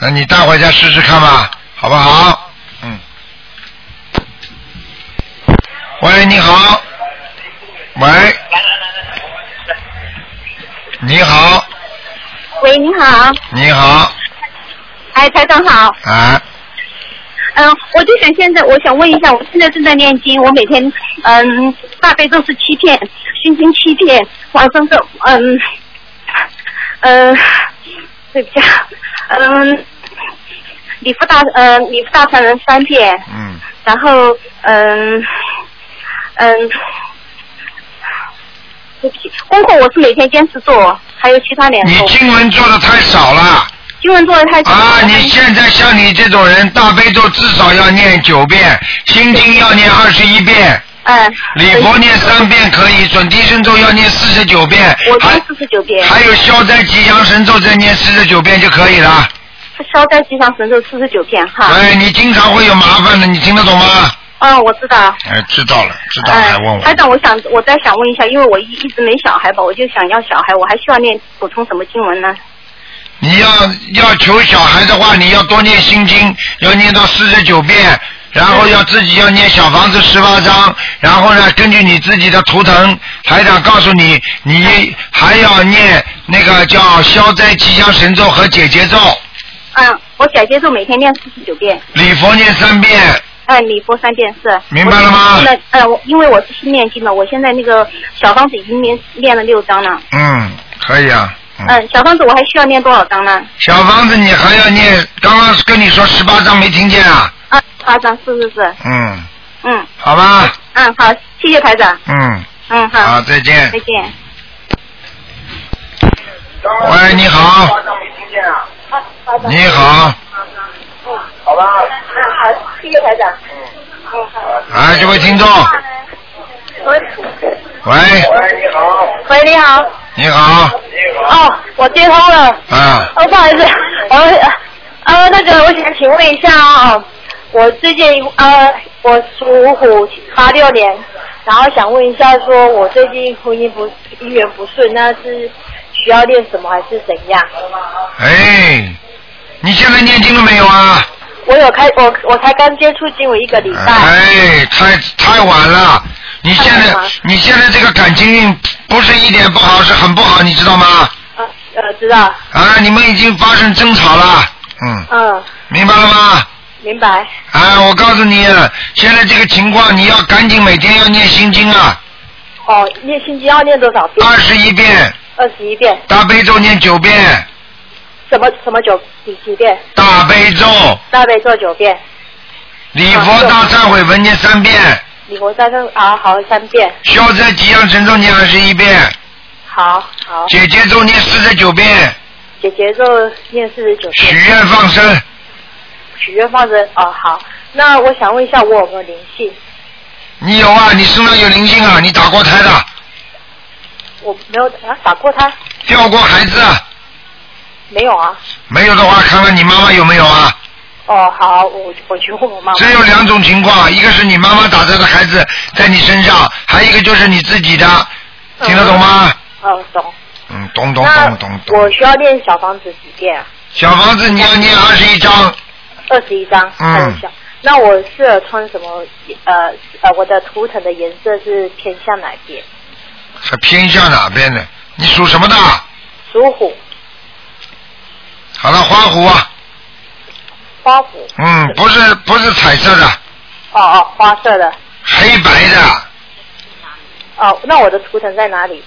Speaker 1: 那你带回家试试看吧，好不好？嗯。喂，你好。喂。你好，
Speaker 4: 喂，你好，
Speaker 1: 你好，
Speaker 4: 哎，台长好，
Speaker 1: 啊，
Speaker 4: 嗯，我就想现在，我想问一下，我现在正在念经，我每天嗯大悲咒是七片，心经七片，往生咒嗯呃，对不起啊，嗯，礼佛大嗯礼佛大忏人三片，
Speaker 1: 嗯，
Speaker 4: 然后嗯嗯，对不起，功课我是每天坚持做，还有其他两
Speaker 1: 你
Speaker 4: 种，
Speaker 1: 经文做的太少了
Speaker 4: 经文做的太少了
Speaker 1: 啊！你现在像你这种人，大悲咒至少要念九遍，心经要念二十一遍，
Speaker 4: 嗯，
Speaker 1: 礼佛念三遍可以，准提神咒要念四十九遍，
Speaker 4: 我
Speaker 1: 还
Speaker 4: 念四十九遍，
Speaker 1: 还有消灾吉祥神咒再念四十九遍就可以
Speaker 4: 啊
Speaker 1: 了。
Speaker 4: 消灾吉祥神咒四十九遍哈。
Speaker 1: 哎，你经常会有麻烦的，你听得懂吗？
Speaker 4: 嗯，我知道。
Speaker 1: 哎，知道了，知道了，还问
Speaker 4: 嗯，台
Speaker 1: 我。
Speaker 4: 长，我想我再想问一下，因为我一一直没小孩吧，我就想要小孩，我还需要念补充什么经文呢？
Speaker 1: 你要要求小孩的话，你要多念心经，要念到四十九遍，然后要自己要念小房子十八章，然后呢，根据你自己的图腾，台长告诉你，你还要念那个叫消灾吉祥神咒和解结咒，
Speaker 4: 嗯，我姐姐就每天念四十九遍，
Speaker 1: 礼佛念三遍。
Speaker 4: 嗯，礼佛三遍是。
Speaker 1: 明白了吗
Speaker 4: 我现在嗯，我因为我是新念经的，我现在那个小方子已经念念了六章了。
Speaker 1: 嗯，可以啊。
Speaker 4: 嗯，小方子我还需要念多少章呢？
Speaker 1: 小房子你还要念，刚刚跟你说十八章没听见啊？
Speaker 4: 啊，八章是是是，
Speaker 1: 嗯，
Speaker 4: 嗯
Speaker 1: 好吧，
Speaker 4: 嗯，好，谢谢台长，
Speaker 1: 嗯，
Speaker 4: 嗯好，
Speaker 1: 好，再见
Speaker 4: 再。见。
Speaker 1: 喂，你好，
Speaker 13: 啊
Speaker 1: 你好，
Speaker 13: 嗯，好，谢谢台长。
Speaker 1: 哎，这位听众，喂，
Speaker 13: 喂，你好。
Speaker 1: 你好，
Speaker 13: 哦，我接通了。
Speaker 1: 啊，
Speaker 13: 哦，不好意思，我呃那个，我想请问一下啊、我最近呃我属虎，八六年，然后想问一下，说我最近婚姻不姻缘不顺，那是需要练什么还是怎样？
Speaker 1: 哎，你现在念经了没有啊？
Speaker 13: 我有开我我才刚接触经文一个礼拜，
Speaker 1: 哎，太太晚了，你现
Speaker 13: 太晚
Speaker 1: 在
Speaker 13: 了
Speaker 1: 你现在这个感情运不是一点不好，是很不好，你知道吗？
Speaker 13: 呃呃知道，
Speaker 1: 啊，你们已经发生争吵了，嗯，
Speaker 13: 嗯
Speaker 1: 明白了吗？
Speaker 11: 明白。
Speaker 1: 啊，我告诉你，现在这个情况，你要赶紧每天要念心经啊，
Speaker 11: 哦，念心经要念多少遍？
Speaker 1: 二十一遍，
Speaker 11: 二十一遍，
Speaker 1: 大悲咒念九遍，
Speaker 11: 什么什么九几几遍？
Speaker 1: 大悲咒，
Speaker 11: 大悲咒九遍，
Speaker 1: 礼佛大忏悔文念三遍，
Speaker 11: 礼佛三声啊，好三遍，
Speaker 1: 消灾吉祥神咒念二十一遍，
Speaker 11: 好好。
Speaker 1: 姐姐咒念四十九遍，
Speaker 11: 姐姐咒念四十九遍。
Speaker 1: 许愿放生，
Speaker 11: 许愿放生哦，好。那我想问一下，我有没有灵性？
Speaker 1: 你有啊？你身上有灵性啊？你打过胎的，
Speaker 11: 我没有啊，打过胎
Speaker 1: 掉过孩子啊？
Speaker 11: 没有啊？
Speaker 1: 没有的话，看看你妈妈有没有啊？
Speaker 11: 哦，好，我我去问我妈妈。
Speaker 1: 只有两种情况，一个是你妈妈打胎的孩子在你身上，还有一个就是你自己的，听得懂吗？
Speaker 11: 嗯，懂。
Speaker 1: 嗯，懂懂
Speaker 11: 那
Speaker 1: 懂懂
Speaker 11: 我
Speaker 1: 懂。
Speaker 11: 需要练小房子几遍啊？
Speaker 1: 小房子你要念二十一章，
Speaker 11: 二十一张，
Speaker 1: 嗯
Speaker 11: 开玩笑。那我适合穿什么？呃呃，我的图腾的颜色是偏向哪边？
Speaker 1: 还偏向哪边呢？你属什么的？
Speaker 11: 属虎，
Speaker 1: 好了，花狐啊，
Speaker 11: 花虎。
Speaker 1: 嗯，不是不是彩色的，
Speaker 11: 哦哦，花色的。
Speaker 1: 黑白的，
Speaker 11: 哦，那我的图腾在哪里？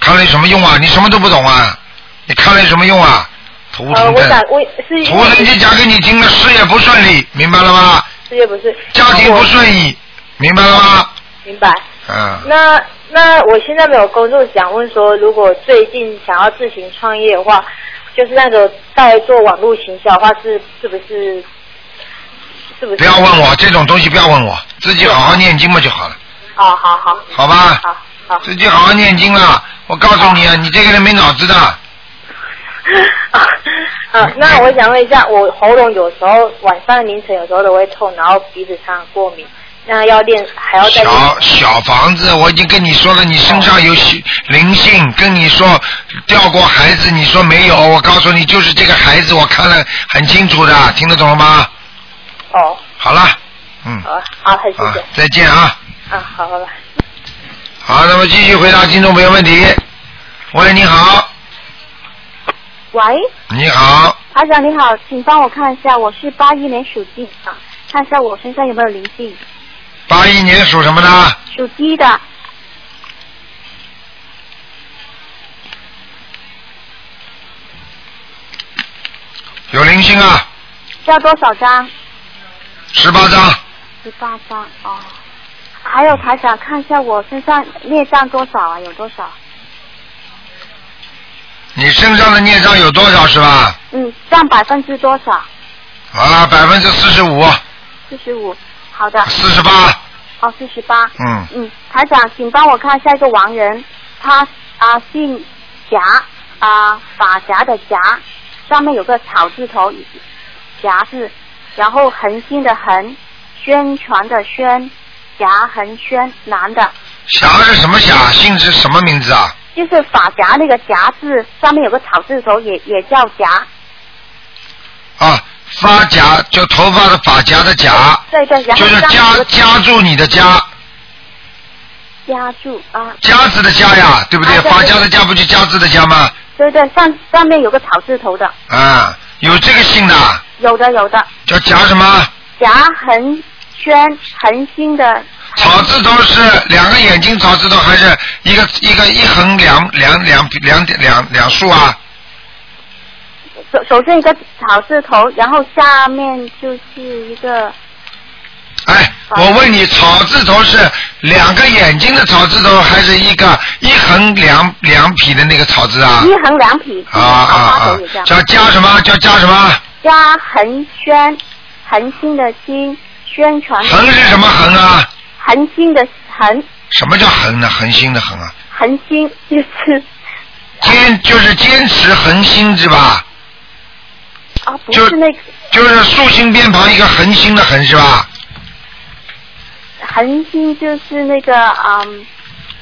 Speaker 1: 看来有什么用啊？你什么都不懂啊？你看来有什么用啊？图
Speaker 11: 呃，
Speaker 1: 腾
Speaker 11: 我想
Speaker 1: 的，
Speaker 11: 我是
Speaker 1: 图腾就讲给你听了，事业不顺利，明白了吗？
Speaker 11: 事业不是
Speaker 1: 家庭不顺意，明白了吗？
Speaker 11: 明白。
Speaker 1: 嗯，
Speaker 11: 那那我现在没有工作，想问说，如果最近想要自行创业的话，就是那种在做网络行销的话，是是不是？是不是？
Speaker 1: 不要问我这种东西，不要问我，自己好好念经嘛就好了，
Speaker 11: 哦，好好
Speaker 1: 好吧？
Speaker 11: 好好。
Speaker 1: 自己好好念经了。我告诉你啊，你这个人没脑子的，
Speaker 11: 啊，呃那我想问一下，我喉咙有时候晚上凌晨有时候都会痛，然后鼻子上过敏，那要练还要再练
Speaker 1: 小小房子，我已经跟你说了，你身上有血灵性，跟你说掉过孩子，你说没有，我告诉你就是这个孩子，我看了很清楚的，听得懂了吗？
Speaker 11: 哦，
Speaker 1: 好了，嗯，
Speaker 11: 好，好，很谢
Speaker 1: 啊
Speaker 11: 谢，，
Speaker 1: 再见啊。
Speaker 11: 啊，好，拜拜。
Speaker 1: 好，那么继续回答听众朋友问题。喂，你好，
Speaker 4: 喂，
Speaker 1: 你好，
Speaker 4: 阿长你好，请帮我看一下，我是八一年属鸡啊，看一下我身上有没有灵性，
Speaker 1: 八一年属什么的？
Speaker 4: 属鸡的，
Speaker 1: 有灵性啊，
Speaker 4: 要多少张？
Speaker 1: 十八张，
Speaker 4: 十八张哦。还有台长，看一下我身上孽障多少啊？有多少？
Speaker 1: 你身上的孽障有多少是吧？
Speaker 4: 嗯，占百分之多少？
Speaker 1: 啊，百分之四十五、
Speaker 4: 四十五。好的。
Speaker 1: 四十八，
Speaker 4: 哦，四十八。
Speaker 1: 嗯，
Speaker 4: 嗯，台长，请帮我看一下一个亡人，他啊姓夹啊法夹的夹，上面有个草字头，夹字，然后恒星的恒，宣传的宣，夹恒宣，男的，
Speaker 1: 霞是什么霞？姓是什么名字啊？
Speaker 4: 就是法夹那个夹字上面有个草字头也，也叫夹，
Speaker 1: 啊，发夹就头发的发夹的夹，
Speaker 4: 对对，然后
Speaker 1: 就是
Speaker 4: 上面有
Speaker 1: 夹
Speaker 4: 个
Speaker 1: 夹住你的夹，
Speaker 4: 夹住啊，
Speaker 1: 夹子的夹呀，对不对？
Speaker 4: 啊对
Speaker 1: 发夹的夹不就夹子的夹吗？
Speaker 4: 对对，上上面有个草字头的，
Speaker 1: 啊，有这个姓的，
Speaker 4: 有的有的，
Speaker 1: 叫夹什么？
Speaker 4: 夹恒宣恒星的
Speaker 1: 草字头是两个眼睛草字头，还是一个一个一横两两两两两两竖啊？
Speaker 4: 首首先一个草字头，然后下面就是一个
Speaker 1: 哎，我问你，草字头是两个眼睛的草字头，还是一个一横两两撇的那个草字啊？
Speaker 4: 一横两撇，
Speaker 1: 啊
Speaker 4: 桃
Speaker 1: 啊
Speaker 4: 花
Speaker 1: 啊
Speaker 4: 头也这！样
Speaker 1: 叫加什么？叫加什么？
Speaker 4: 加恒宣，恒星的星，宣传的
Speaker 1: 横是什么横啊？
Speaker 4: 恒星的恒，
Speaker 1: 什么叫横呢？恒星的恒啊？
Speaker 4: 恒星就是哦
Speaker 1: 坚就是坚持恒心是吧？
Speaker 4: 啊，不
Speaker 1: 就是
Speaker 4: 那个
Speaker 1: 就是竖心边旁一个恒星的恒是吧？
Speaker 4: 恒星就是那个嗯，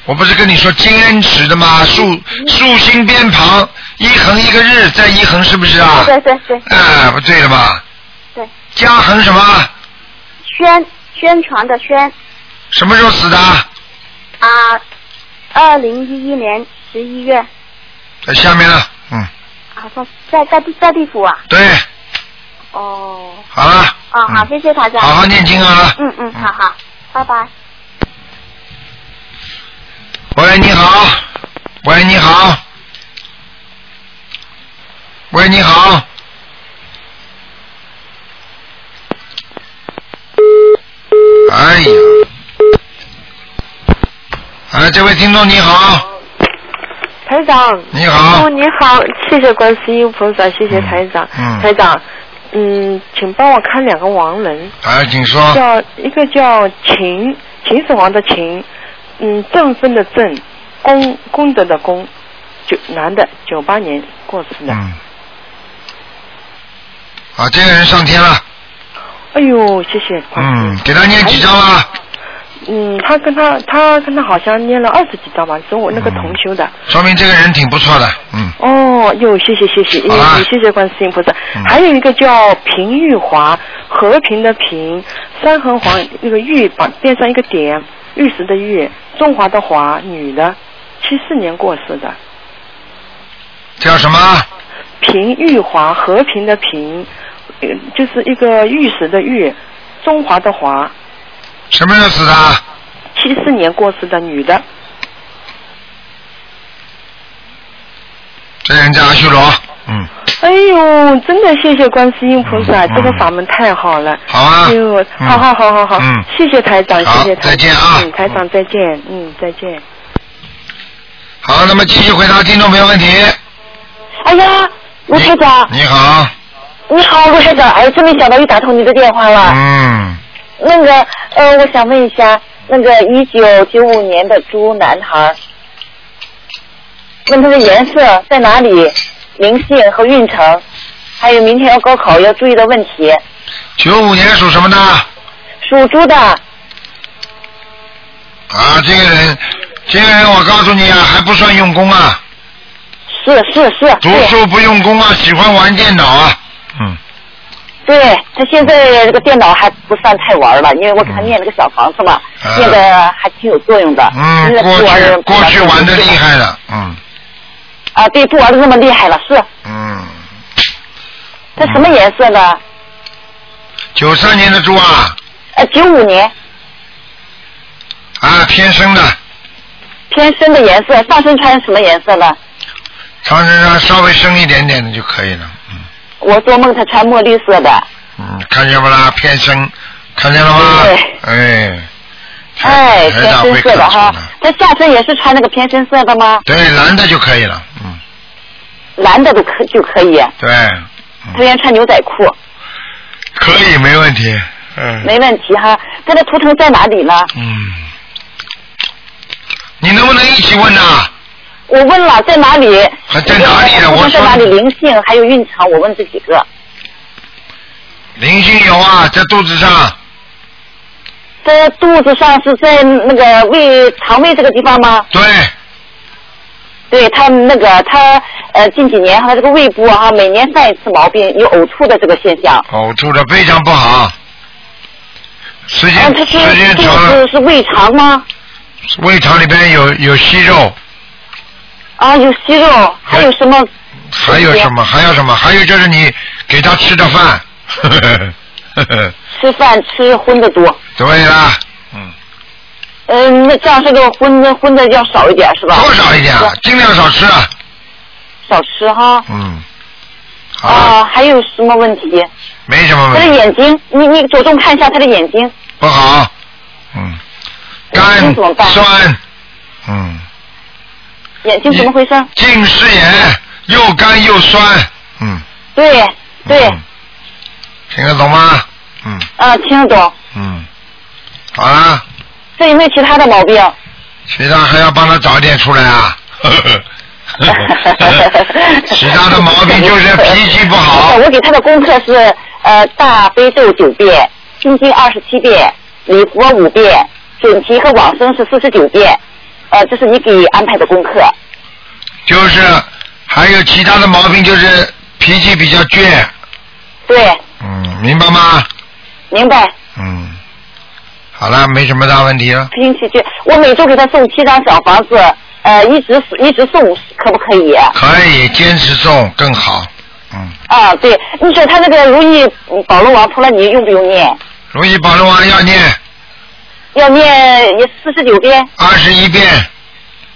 Speaker 1: 我不是跟你说坚持的吗？竖竖心边旁一横一个日，再一横是不是啊？
Speaker 4: 对对对，
Speaker 1: 哎，不对了吧？
Speaker 4: 对。
Speaker 1: 加横什么？
Speaker 4: 宣宣传的宣
Speaker 1: 什么时候死的？
Speaker 4: 啊，二零一一年十一月
Speaker 1: 在下面了，嗯，
Speaker 4: 啊，在在在地在地府啊，
Speaker 1: 对，
Speaker 4: 哦，
Speaker 1: 好了，
Speaker 4: 哦，好，谢谢台长。
Speaker 1: 嗯好好念经啊
Speaker 4: 嗯嗯，好好，拜拜。
Speaker 1: 喂，你好，喂，你好，喂，你好，哎呀，哎，这位听众你好，
Speaker 10: 台长，
Speaker 1: 你好
Speaker 10: 哦，你好，谢谢观世音菩萨，谢谢台长，
Speaker 1: 嗯
Speaker 10: 台长，嗯，请帮我看两个亡人，
Speaker 1: 哎，请说，
Speaker 10: 叫一个叫秦，秦始皇的秦，嗯，振奋的振，功功德的功，九男的，九八年过世的，
Speaker 1: 嗯，啊，这个人上天了，
Speaker 10: 哎呦，谢谢，
Speaker 1: 嗯，给他念几张啊了？
Speaker 10: 嗯，他跟他他跟他好像念了二十几张吧，是我那个同修的，
Speaker 1: 说明这个人挺不错的，嗯，
Speaker 10: 哦，哟，谢谢谢谢，嗯
Speaker 1: 好啦嗯
Speaker 10: 谢谢观世音菩萨。还有一个叫平玉华，和平的平，三横黄那个玉把边上一个点，玉石的玉，中华的华，女的，七四年过世的。
Speaker 1: 叫什么？
Speaker 10: 平玉华，和平的平，呃就是一个玉石的玉，中华的华，
Speaker 1: 什么时候死的？
Speaker 10: 七四年过世的女的。
Speaker 1: 这人叫阿修罗，
Speaker 10: 哎呦，真的谢谢观世音菩萨，这个法门太好了。
Speaker 1: 嗯好啊
Speaker 10: 哎呦，好好好好好，
Speaker 1: 嗯
Speaker 10: 谢谢台长，谢谢台长，
Speaker 1: 再见啊
Speaker 10: 嗯，台长再见，嗯，再见。
Speaker 1: 好，那么继续回答听众朋友问题。
Speaker 14: 哎呀，卢台长，
Speaker 1: 你好，
Speaker 14: 你好，卢台长，哎，真没想到又打通你的电话了。
Speaker 1: 嗯，
Speaker 14: 那个，呃，我想问一下，那个一九九五年的猪男孩，问他的颜色在哪里，灵性和运程，还有明天要高考要注意的问题。
Speaker 1: 九五年属什么的？
Speaker 14: 属猪的，
Speaker 1: 啊，这个人，这个人，我告诉你啊，还不算用功啊。
Speaker 14: 是是是。
Speaker 1: 读书不用功啊，喜欢玩电脑啊。
Speaker 14: 对他现在这个电脑还不算太玩了，因为我给他念了个小房子嘛，
Speaker 1: 嗯
Speaker 14: 念的还挺有作用的。
Speaker 1: 嗯
Speaker 14: 现在，不
Speaker 1: 过
Speaker 14: 玩
Speaker 1: 去
Speaker 14: 儿
Speaker 1: 过去玩的厉害了，嗯
Speaker 14: 啊，对，不玩的那么厉害了，是。
Speaker 1: 嗯，
Speaker 14: 它什么颜色呢？
Speaker 1: 九三年的猪啊，
Speaker 14: 呃，九五年
Speaker 1: 啊偏深的，
Speaker 14: 偏深的颜色，上身穿什么颜色呢？
Speaker 1: 长身上稍微深一点点的就可以了，
Speaker 14: 我做梦他穿墨绿色的。啊
Speaker 1: 嗯，看见不啦？偏深，看见了吗？哎，
Speaker 14: 哎，
Speaker 1: 台
Speaker 14: 偏
Speaker 1: 长
Speaker 14: 深
Speaker 1: 会
Speaker 14: 色的
Speaker 1: 看出
Speaker 14: 哈。他下身也是穿那个偏深色的吗？
Speaker 1: 对，蓝的就可以了，
Speaker 14: 蓝的都可就可以。
Speaker 1: 对，嗯
Speaker 14: 他原来穿牛仔裤，
Speaker 1: 可以没问题，嗯。
Speaker 14: 没问题哈。他的图腾在哪里呢？
Speaker 1: 嗯，你能不能一起问呐、
Speaker 14: 我问了在哪里？
Speaker 1: 还在哪里啊
Speaker 14: 图
Speaker 1: 我
Speaker 14: 腾
Speaker 1: 说
Speaker 14: 在哪里？灵性还有运程，我问这几个。
Speaker 1: 灵性有啊，在肚子上，
Speaker 14: 在肚子上是在那个胃肠胃这个地方吗？
Speaker 1: 对。
Speaker 14: 对他那个他呃近几年他这个胃部哈、每年犯一次毛病，有呕吐的这个现象。
Speaker 1: 呕吐的非常不好，时间、
Speaker 14: 嗯，他是
Speaker 1: 时间
Speaker 14: 这
Speaker 1: 长了，
Speaker 14: 个是是胃肠吗？
Speaker 1: 胃肠里边有有息肉，
Speaker 14: 啊，有息肉，还有什么？
Speaker 1: 还有什么？还有什么？还有就是你给他吃的饭， 呵呵呵呵
Speaker 14: 吃饭吃荤的多。
Speaker 1: 对啦，
Speaker 14: 嗯，那这样这个荤的荤的要少一点是吧？多
Speaker 1: 少一点，尽量少吃啊，
Speaker 14: 少吃哈。
Speaker 1: 嗯。
Speaker 14: 啊，还有什么问题？
Speaker 1: 没什么
Speaker 14: 他
Speaker 1: 问
Speaker 14: 的
Speaker 1: 题，
Speaker 14: 眼睛，你你着重看一下他的眼睛，
Speaker 1: 不好，嗯，肝哎酸，嗯，
Speaker 14: 眼睛怎么回事？
Speaker 1: 近视眼，又干又酸，嗯
Speaker 14: 对对，
Speaker 1: 听得懂吗？
Speaker 14: 啊，听得懂。
Speaker 1: 嗯，好啦。
Speaker 14: 这有没有其他的毛病？
Speaker 1: 啊其他还要帮他找一点出来啊。 其他的毛病就是脾气不好。
Speaker 14: 呃我给他的功课是呃大悲咒九遍，心经二十七遍，礼佛五遍，准提和往生是四十九遍，呃，这是你给安排的功课。
Speaker 1: 就是还有其他的毛病，就是脾气比较倔，
Speaker 14: 对，
Speaker 1: 嗯，明白吗？
Speaker 14: 明白。
Speaker 1: 嗯，好了，没什么大问题了。
Speaker 14: 脾气倔，我每周给他送七张小房子，呃，一直一直送，可不可以？
Speaker 1: 可以坚持种更好，嗯，
Speaker 14: 啊，对，你说他那个如意宝龙王菩萨，你用不用念？
Speaker 1: 如意宝龙王要念
Speaker 14: 要念四十九遍。
Speaker 1: 二十一遍。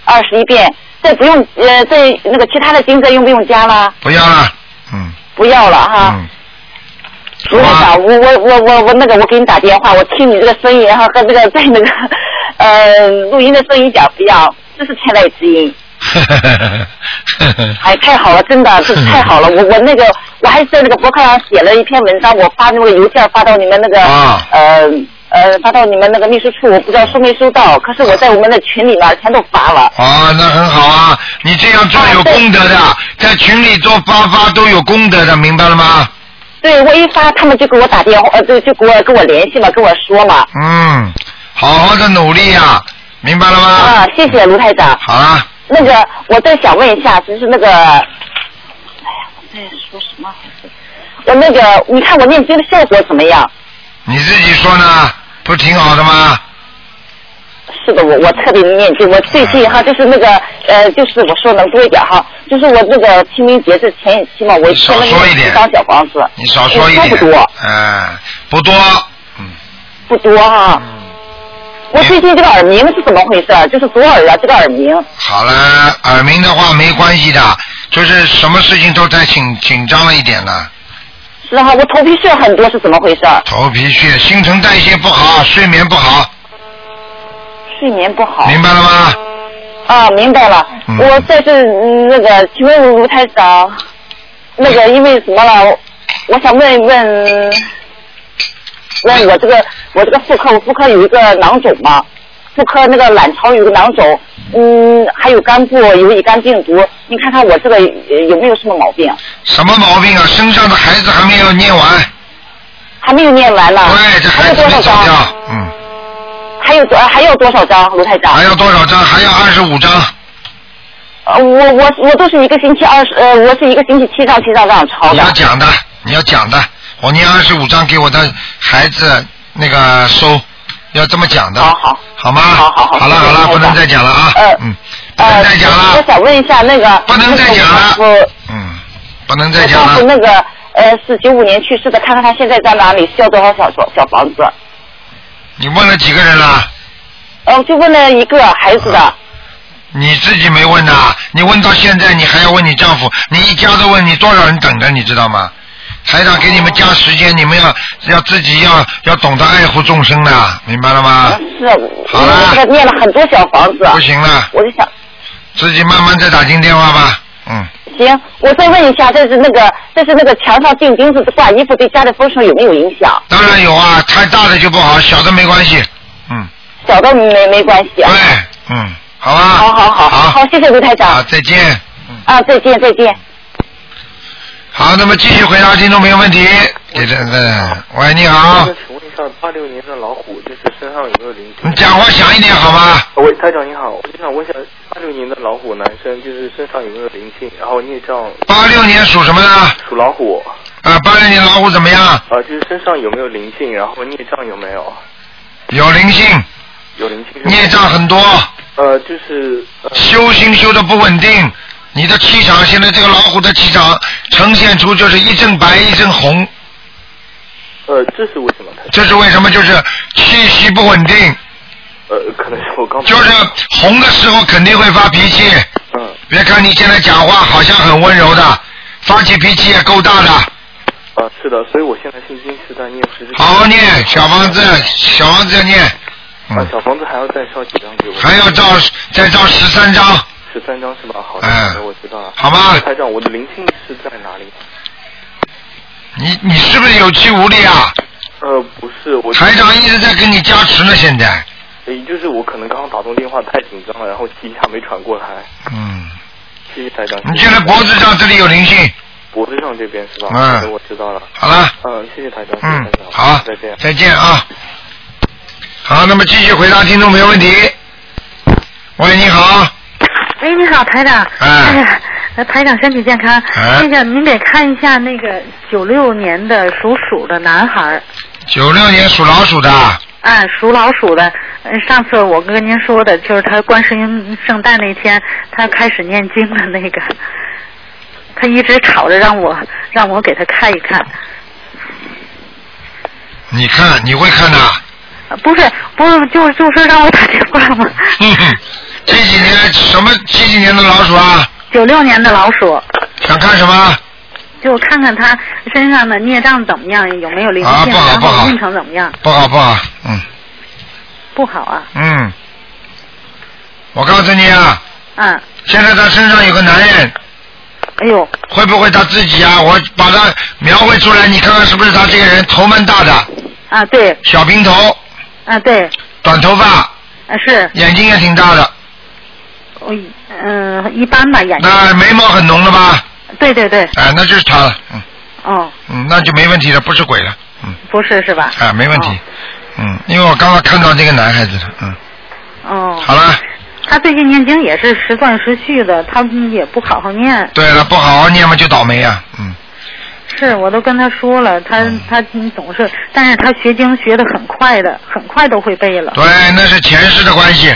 Speaker 14: 二十一遍，这不用呃，这那个其他的经这用不用加了？
Speaker 1: 不要了，
Speaker 14: 不要了哈。
Speaker 1: 嗯
Speaker 14: 卢台长，我我我我我那个，我给你打电话，我听你这个声音，然后和那个在那个 呃录音的声音讲不一样，这是天籁之音。
Speaker 1: 嗯
Speaker 14: 哎，太好了，真的是太好了！我我那个我还在那个博客上写了一篇文章，我发那个邮件发到你们那个、
Speaker 1: 啊
Speaker 14: 呃呃发到你们那个秘书处，我不知道收没收到，可是我在我们的群里面全都发了。
Speaker 1: 哦，那很 好啊，你这样做有功德
Speaker 14: 啊
Speaker 1: 的，在群里做发发都有功德的，明白了吗？
Speaker 14: 对，我一发他们就给我打电话，呃，就就给我跟我联系嘛，跟我说嘛。
Speaker 1: 嗯，好好的努力啊呀、明白了吗？
Speaker 14: 啊，谢谢卢台长。
Speaker 1: 好啊啦，
Speaker 14: 那个，我再想问一下，就是那个，哎呀，我在说什么？我那个，你看我念经的效果怎么样？
Speaker 1: 你自己说呢，不挺好的吗？
Speaker 14: 是的，我我特别念经，我最近哈，就是那个呃，就是我说能多一点哈，就是我那个清明节这前一期嘛，我签了那个七张小房子，
Speaker 1: 你少说一
Speaker 14: 我
Speaker 1: 点。
Speaker 14: 说不多，
Speaker 1: 嗯，不多，
Speaker 14: 不多哈。
Speaker 1: 嗯
Speaker 14: 我最近这个耳鸣是怎么回事儿？就是左耳啊，这个耳鸣。
Speaker 1: 好了，耳鸣的话没关系的，就是什么事情都太紧紧张了一点了。
Speaker 14: 是哈，我头皮屑很多，是怎么回事儿？啊
Speaker 1: 头皮屑、新陈代谢不好，睡眠不好，
Speaker 14: 睡眠不好。
Speaker 1: 明白了吗？
Speaker 14: 啊，明白了。
Speaker 1: 嗯
Speaker 14: 我这是嗯那个，请问卢台长，那
Speaker 1: 哎
Speaker 14: 个因为什么了？我我想问一问，问我这个我这个妇科，我妇科有一个囊肿嘛，妇科那个卵巢有个囊肿，嗯，还有肝部有乙肝病毒，你看看我这个呃有没有什么毛病？
Speaker 1: 什么毛病啊？身上的孩子还没有念完，
Speaker 14: 还没有念完呢。对，这还有多少张？
Speaker 1: 嗯。
Speaker 14: 还有多还有多少张，卢台长？
Speaker 1: 还要多少张？还要二十五张。
Speaker 14: 呃，我我我都是一个星期二十，呃，我是一个星期七张七张这样抄
Speaker 1: 你
Speaker 14: 的
Speaker 1: 要。讲的，你要讲的，我念二十五章给我的孩子那个收，要这么讲的，好
Speaker 14: 好，
Speaker 1: 好吗？好好好，好了好了，不能再讲了啊，嗯，
Speaker 14: 呃，我想问一下那个，不能再讲了。我
Speaker 1: 不能再讲
Speaker 14: 丈夫
Speaker 1: 了，
Speaker 14: 那个呃是九五年去世的，看看他现在在哪里，需要多少小小小房子？
Speaker 1: 你问了几个人了？
Speaker 14: 呃，就问了一个孩子的，
Speaker 1: 你自己没问呐？你问到现在，你还要问你丈夫？你一家都问你多少人等着，你知道吗？台长给你们加时间，你们要要自己要要懂得爱护众生的，明白了吗？
Speaker 14: 嗯是我我这个嗯念了很多小房子，
Speaker 1: 不行了，
Speaker 14: 我就想
Speaker 1: 自己慢慢再打进电话吧。嗯，
Speaker 14: 行，我再问一下，这是那个这是那个墙上钉钉子挂衣服，对家的风水有没有影响？
Speaker 1: 当然有啊，太大的就不好，小的没关系。
Speaker 14: 小的没没关系啊。
Speaker 1: 嗯，好吧。好
Speaker 14: 好好
Speaker 1: 好，
Speaker 14: 好，谢谢卢台长。
Speaker 1: 好，再见。嗯
Speaker 14: 啊，再见再见。
Speaker 1: 好，那么继续回答听众朋友问题。给这个，喂，哎你好，
Speaker 15: 请问一下，八六年的老虎就是身上有没有灵性？
Speaker 1: 你讲话响一点好吗？
Speaker 15: 喂，台长你好，我就想问一下，八六年的老虎男生就是身上有没有灵性，然后孽障？
Speaker 1: 八六年属什么呢？
Speaker 15: 属老虎。
Speaker 1: 啊，八六年老虎怎么样？
Speaker 15: 呃，就是身上有没有灵性，然后孽障有没有？
Speaker 1: 有灵性，
Speaker 15: 有灵性。
Speaker 1: 孽障很多，
Speaker 15: 嗯呃，就是
Speaker 1: 修心修的不稳定。你的气场现在这个老虎的气场呈现出就是一阵白一阵红，
Speaker 15: 呃，这是为什么？
Speaker 1: 这是为什么？就是气息不稳定，
Speaker 15: 呃，可能是我刚
Speaker 1: 就是红的时候肯定会发脾气。
Speaker 15: 嗯。
Speaker 1: 别看你现在讲话好像很温柔的，发起脾气也够大的。
Speaker 15: 呃是的，所以我现在心经是在念十。
Speaker 1: 好好念小房子，小房子要念，
Speaker 15: 啊，小房子还要再烧几张给我？
Speaker 1: 嗯
Speaker 15: 嗯
Speaker 1: 还要照再照十三张。
Speaker 15: 十三张是吧？好的，
Speaker 1: 嗯
Speaker 15: 好的我知道了。
Speaker 1: 好吗
Speaker 15: 台长，我的灵性是在哪里？
Speaker 1: 你你是不是有气无力啊？
Speaker 15: 呃，不是，我
Speaker 1: 台长一直在给你加持呢，现在。
Speaker 15: 也就是我可能刚刚打通电话太紧张了，然后气一下没喘过来。
Speaker 1: 嗯，
Speaker 15: 谢谢台长。
Speaker 1: 你现在脖子上这里有灵性。
Speaker 15: 脖子上这边是吧？
Speaker 1: 嗯
Speaker 15: 好的我知道了。
Speaker 1: 好了。
Speaker 15: 嗯，谢谢台长。
Speaker 1: 嗯
Speaker 15: 谢谢台长
Speaker 1: 好
Speaker 15: 再见。
Speaker 1: 再见啊。好，那么继续回答听众朋友问题。喂，你好，
Speaker 3: 哎，你好，台长。哎呀，呃台长身体健康。
Speaker 1: 哎
Speaker 3: 那个，您给看一下那个九六年的属鼠的男孩儿，
Speaker 1: 九六年属老鼠的，
Speaker 3: 啊，属老鼠的。呃上次我跟您说的，就是他观世音圣诞那天，他开始念经的那个。他一直吵着让我让我给他看一看。
Speaker 1: 你看你会看的，
Speaker 3: 呃不是不是，就是就是让我打电话嘛。
Speaker 1: 这几年什么几几年的老鼠啊？
Speaker 3: 九六年的老鼠，
Speaker 1: 想看什么？
Speaker 3: 就看看他身上的孽障怎么样，有没有灵性，
Speaker 1: 啊不好
Speaker 3: 然
Speaker 1: 不好
Speaker 3: 后运程怎么样？
Speaker 1: 不好不好，嗯
Speaker 3: 不好啊，
Speaker 1: 嗯，我告诉你啊，
Speaker 3: 嗯，
Speaker 1: 现在他身上有个男人，
Speaker 3: 哎呦，
Speaker 1: 会不会他自己啊？我把他描绘出来，你看看是不是他这个人头蛮大的，
Speaker 3: 啊对，
Speaker 1: 小平头，
Speaker 3: 啊对，
Speaker 1: 短头发，
Speaker 3: 啊是，
Speaker 1: 眼睛也挺大的，
Speaker 3: 我嗯、一般吧，眼睛。
Speaker 1: 那眉毛很浓的吧？
Speaker 3: 对对对，
Speaker 1: 哎，那就是他了，嗯
Speaker 3: 哦，
Speaker 1: 嗯，那就没问题了，不是鬼了，
Speaker 3: 不是是吧？
Speaker 1: 哎，没问题，嗯，因为我刚刚看到这个男孩子了，嗯，
Speaker 3: 哦，
Speaker 1: 好了。
Speaker 3: 他最近念经也是时断时续的，他也不好好念。
Speaker 1: 对了，不好好念嘛就倒霉啊，嗯，
Speaker 3: 是，我都跟他说了，他、他总是，但是他学经学的很快的，很快都会背了，
Speaker 1: 对，那是前世的关系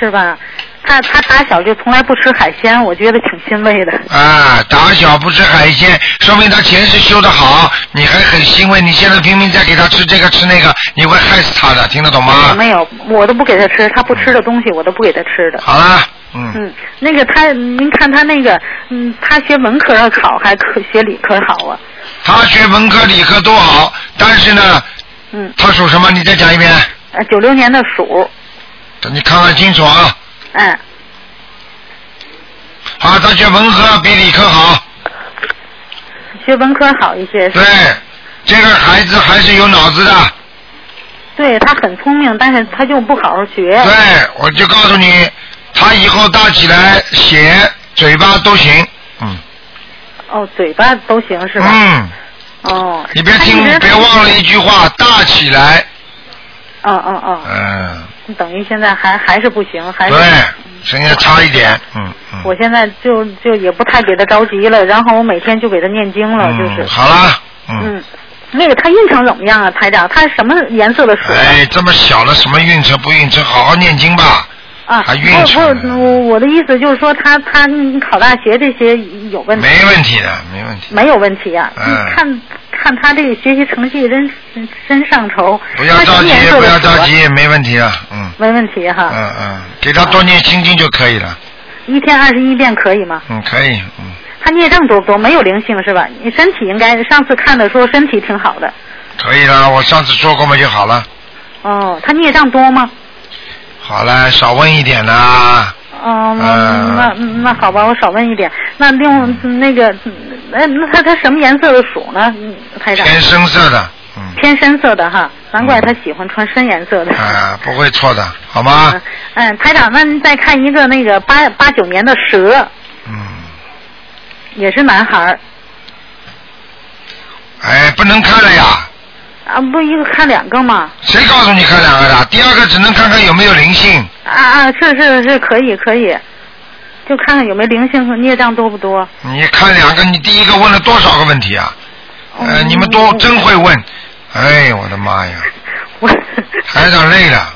Speaker 3: 是吧？他他打小就从来不吃海鲜，我觉得挺欣慰的。
Speaker 1: 啊，打小不吃海鲜，说明他前世修得好，你还很欣慰，你现在拼命在给他吃这个吃那个，你会害死他的，听得懂吗？
Speaker 3: 没有，我都不给他吃，他不吃的东西我都不给他吃的。
Speaker 1: 好了，嗯，
Speaker 3: 嗯，那个他，您看他那个，嗯，他学文科的好，还可学理科好啊？
Speaker 1: 他学文科理科都好，但是呢，
Speaker 3: 嗯，
Speaker 1: 他属什么？你再讲一遍，
Speaker 3: 呃，九六年的鼠，
Speaker 1: 你看看清楚啊。
Speaker 3: 嗯，
Speaker 1: 啊，他学文科比理科好，
Speaker 3: 学文科好一些。
Speaker 1: 对，这个孩子还是有脑子的。
Speaker 3: 对他很聪明，但是他就不好好学。
Speaker 1: 对，我就告诉你，他以后大起来写嘴巴都行。
Speaker 3: 哦，嘴巴都行是吧？
Speaker 1: 嗯，
Speaker 3: 哦，
Speaker 1: 你别
Speaker 3: 他一
Speaker 1: 听
Speaker 3: 直，
Speaker 1: 别忘了一句话，大起来。
Speaker 3: 哦哦哦，
Speaker 1: 嗯，
Speaker 3: 等于现在还还是不行，还是
Speaker 1: 对，现在差一点，嗯嗯。
Speaker 3: 哎我现在就就也不太给他着急了，然后我每天就给他念经了，就是
Speaker 1: 嗯，好了，
Speaker 3: 嗯。那个他运程怎么样啊，台长？他什么颜色的水
Speaker 1: 哎，这么小了，什么运程不运程？好好念经吧。
Speaker 3: 啊？
Speaker 1: 他运
Speaker 3: 我我我我的意思就是说他，他嗯考大学这些有问题？
Speaker 1: 没问题的，没问题。
Speaker 3: 没有问题呀、
Speaker 1: 嗯
Speaker 3: 你看看他这个学习成绩真真上头。
Speaker 1: 不要
Speaker 3: 他什
Speaker 1: 着
Speaker 3: 么
Speaker 1: 急
Speaker 3: 颜，色
Speaker 1: 不
Speaker 3: 的
Speaker 1: 要
Speaker 3: 水啊
Speaker 1: 着急，没问题的，嗯
Speaker 3: 没问题哈。
Speaker 1: 嗯嗯，给他多念心经就可以了，
Speaker 3: 一天二十一遍可以吗？
Speaker 1: 嗯，可以，嗯，
Speaker 3: 他孽障多不多？没有灵性是吧？你身体应该上次看的说身体挺好的。
Speaker 1: 可以了。我上次说过嘛就好了，
Speaker 3: 哦，他孽障多吗？
Speaker 1: 好了，少问一点啦。
Speaker 3: 哦，那、
Speaker 1: 呃
Speaker 3: 那那好吧，我少问一点。那另外那个，那那他他什么颜色的鼠呢？嗯台长。
Speaker 1: 偏深色的，嗯
Speaker 3: 偏深色的哈，难怪他喜欢穿深颜色的。
Speaker 1: 啊，不会错的，好吗？
Speaker 3: 嗯，台长，那您再看一个那个八八九年的蛇。嗯。也是男孩儿
Speaker 1: 哎，不能看了呀，
Speaker 3: 啊，不一个看两个吗？
Speaker 1: 谁告诉你看两个的？第二个只能看看有没有灵性，
Speaker 3: 啊啊，是是是，可以可以，就看看有没有灵性和孽障多不多。
Speaker 1: 你看两个，你第一个问了多少个问题啊？呃，你们都真会问，哎，我的妈呀！台长累了，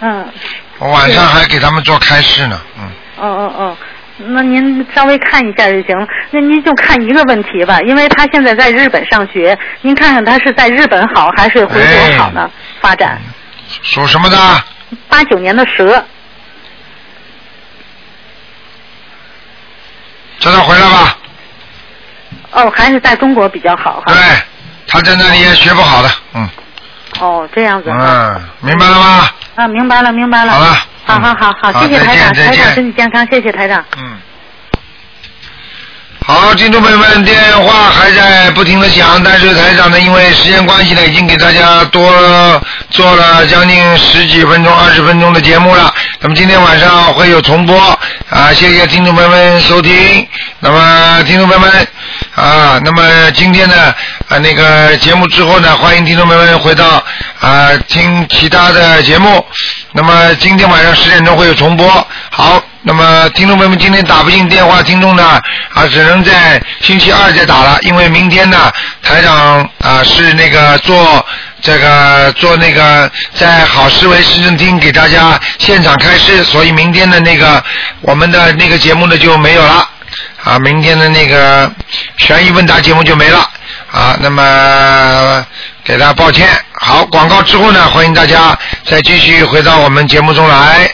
Speaker 3: 嗯，
Speaker 1: 我晚上还给他们做开示呢，嗯，
Speaker 3: 哦哦哦，那您稍微看一下就行了。那您就看一个问题吧，因为他现在在日本上学，您看看他是在日本好还是回国好呢？
Speaker 1: 哎
Speaker 3: 发展
Speaker 1: 属什么的？
Speaker 3: 八九年的蛇，
Speaker 1: 叫他回来吧，
Speaker 3: 哦，还是在中国比较好哈。
Speaker 1: 他在那里也学不好的，嗯
Speaker 3: 哦，这样子啊。
Speaker 1: 嗯，明白了吗？
Speaker 3: 啊，明白了，明白了。好了。好好好
Speaker 1: 嗯好
Speaker 3: 谢谢台长，
Speaker 1: 再见再
Speaker 3: 台
Speaker 1: 见
Speaker 3: 长身体健康，谢谢台长。
Speaker 1: 好，听众朋友们，电话还在不停的响，但是台长呢，因为时间关系呢，已经给大家多做了将近十几分钟、二十分钟的节目了。那么今天晚上会有重播啊，谢谢听众朋友们收听。那么听众朋友们啊，那么今天呢，啊那个节目之后呢，欢迎听众朋友们回到啊听其他的节目。那么今天晚上十点钟会有重播。好，那么听众朋友们，今天打不进电话，听众呢啊，只能在星期二再打了，因为明天呢，台长啊是那个做这个做那个在好思维市政厅给大家现场开示，所以明天的那个我们的那个节目呢就没有了。啊，明天的那个悬疑问答节目就没了啊。那么给大家抱歉。好，广告之后呢，欢迎大家再继续回到我们节目中来。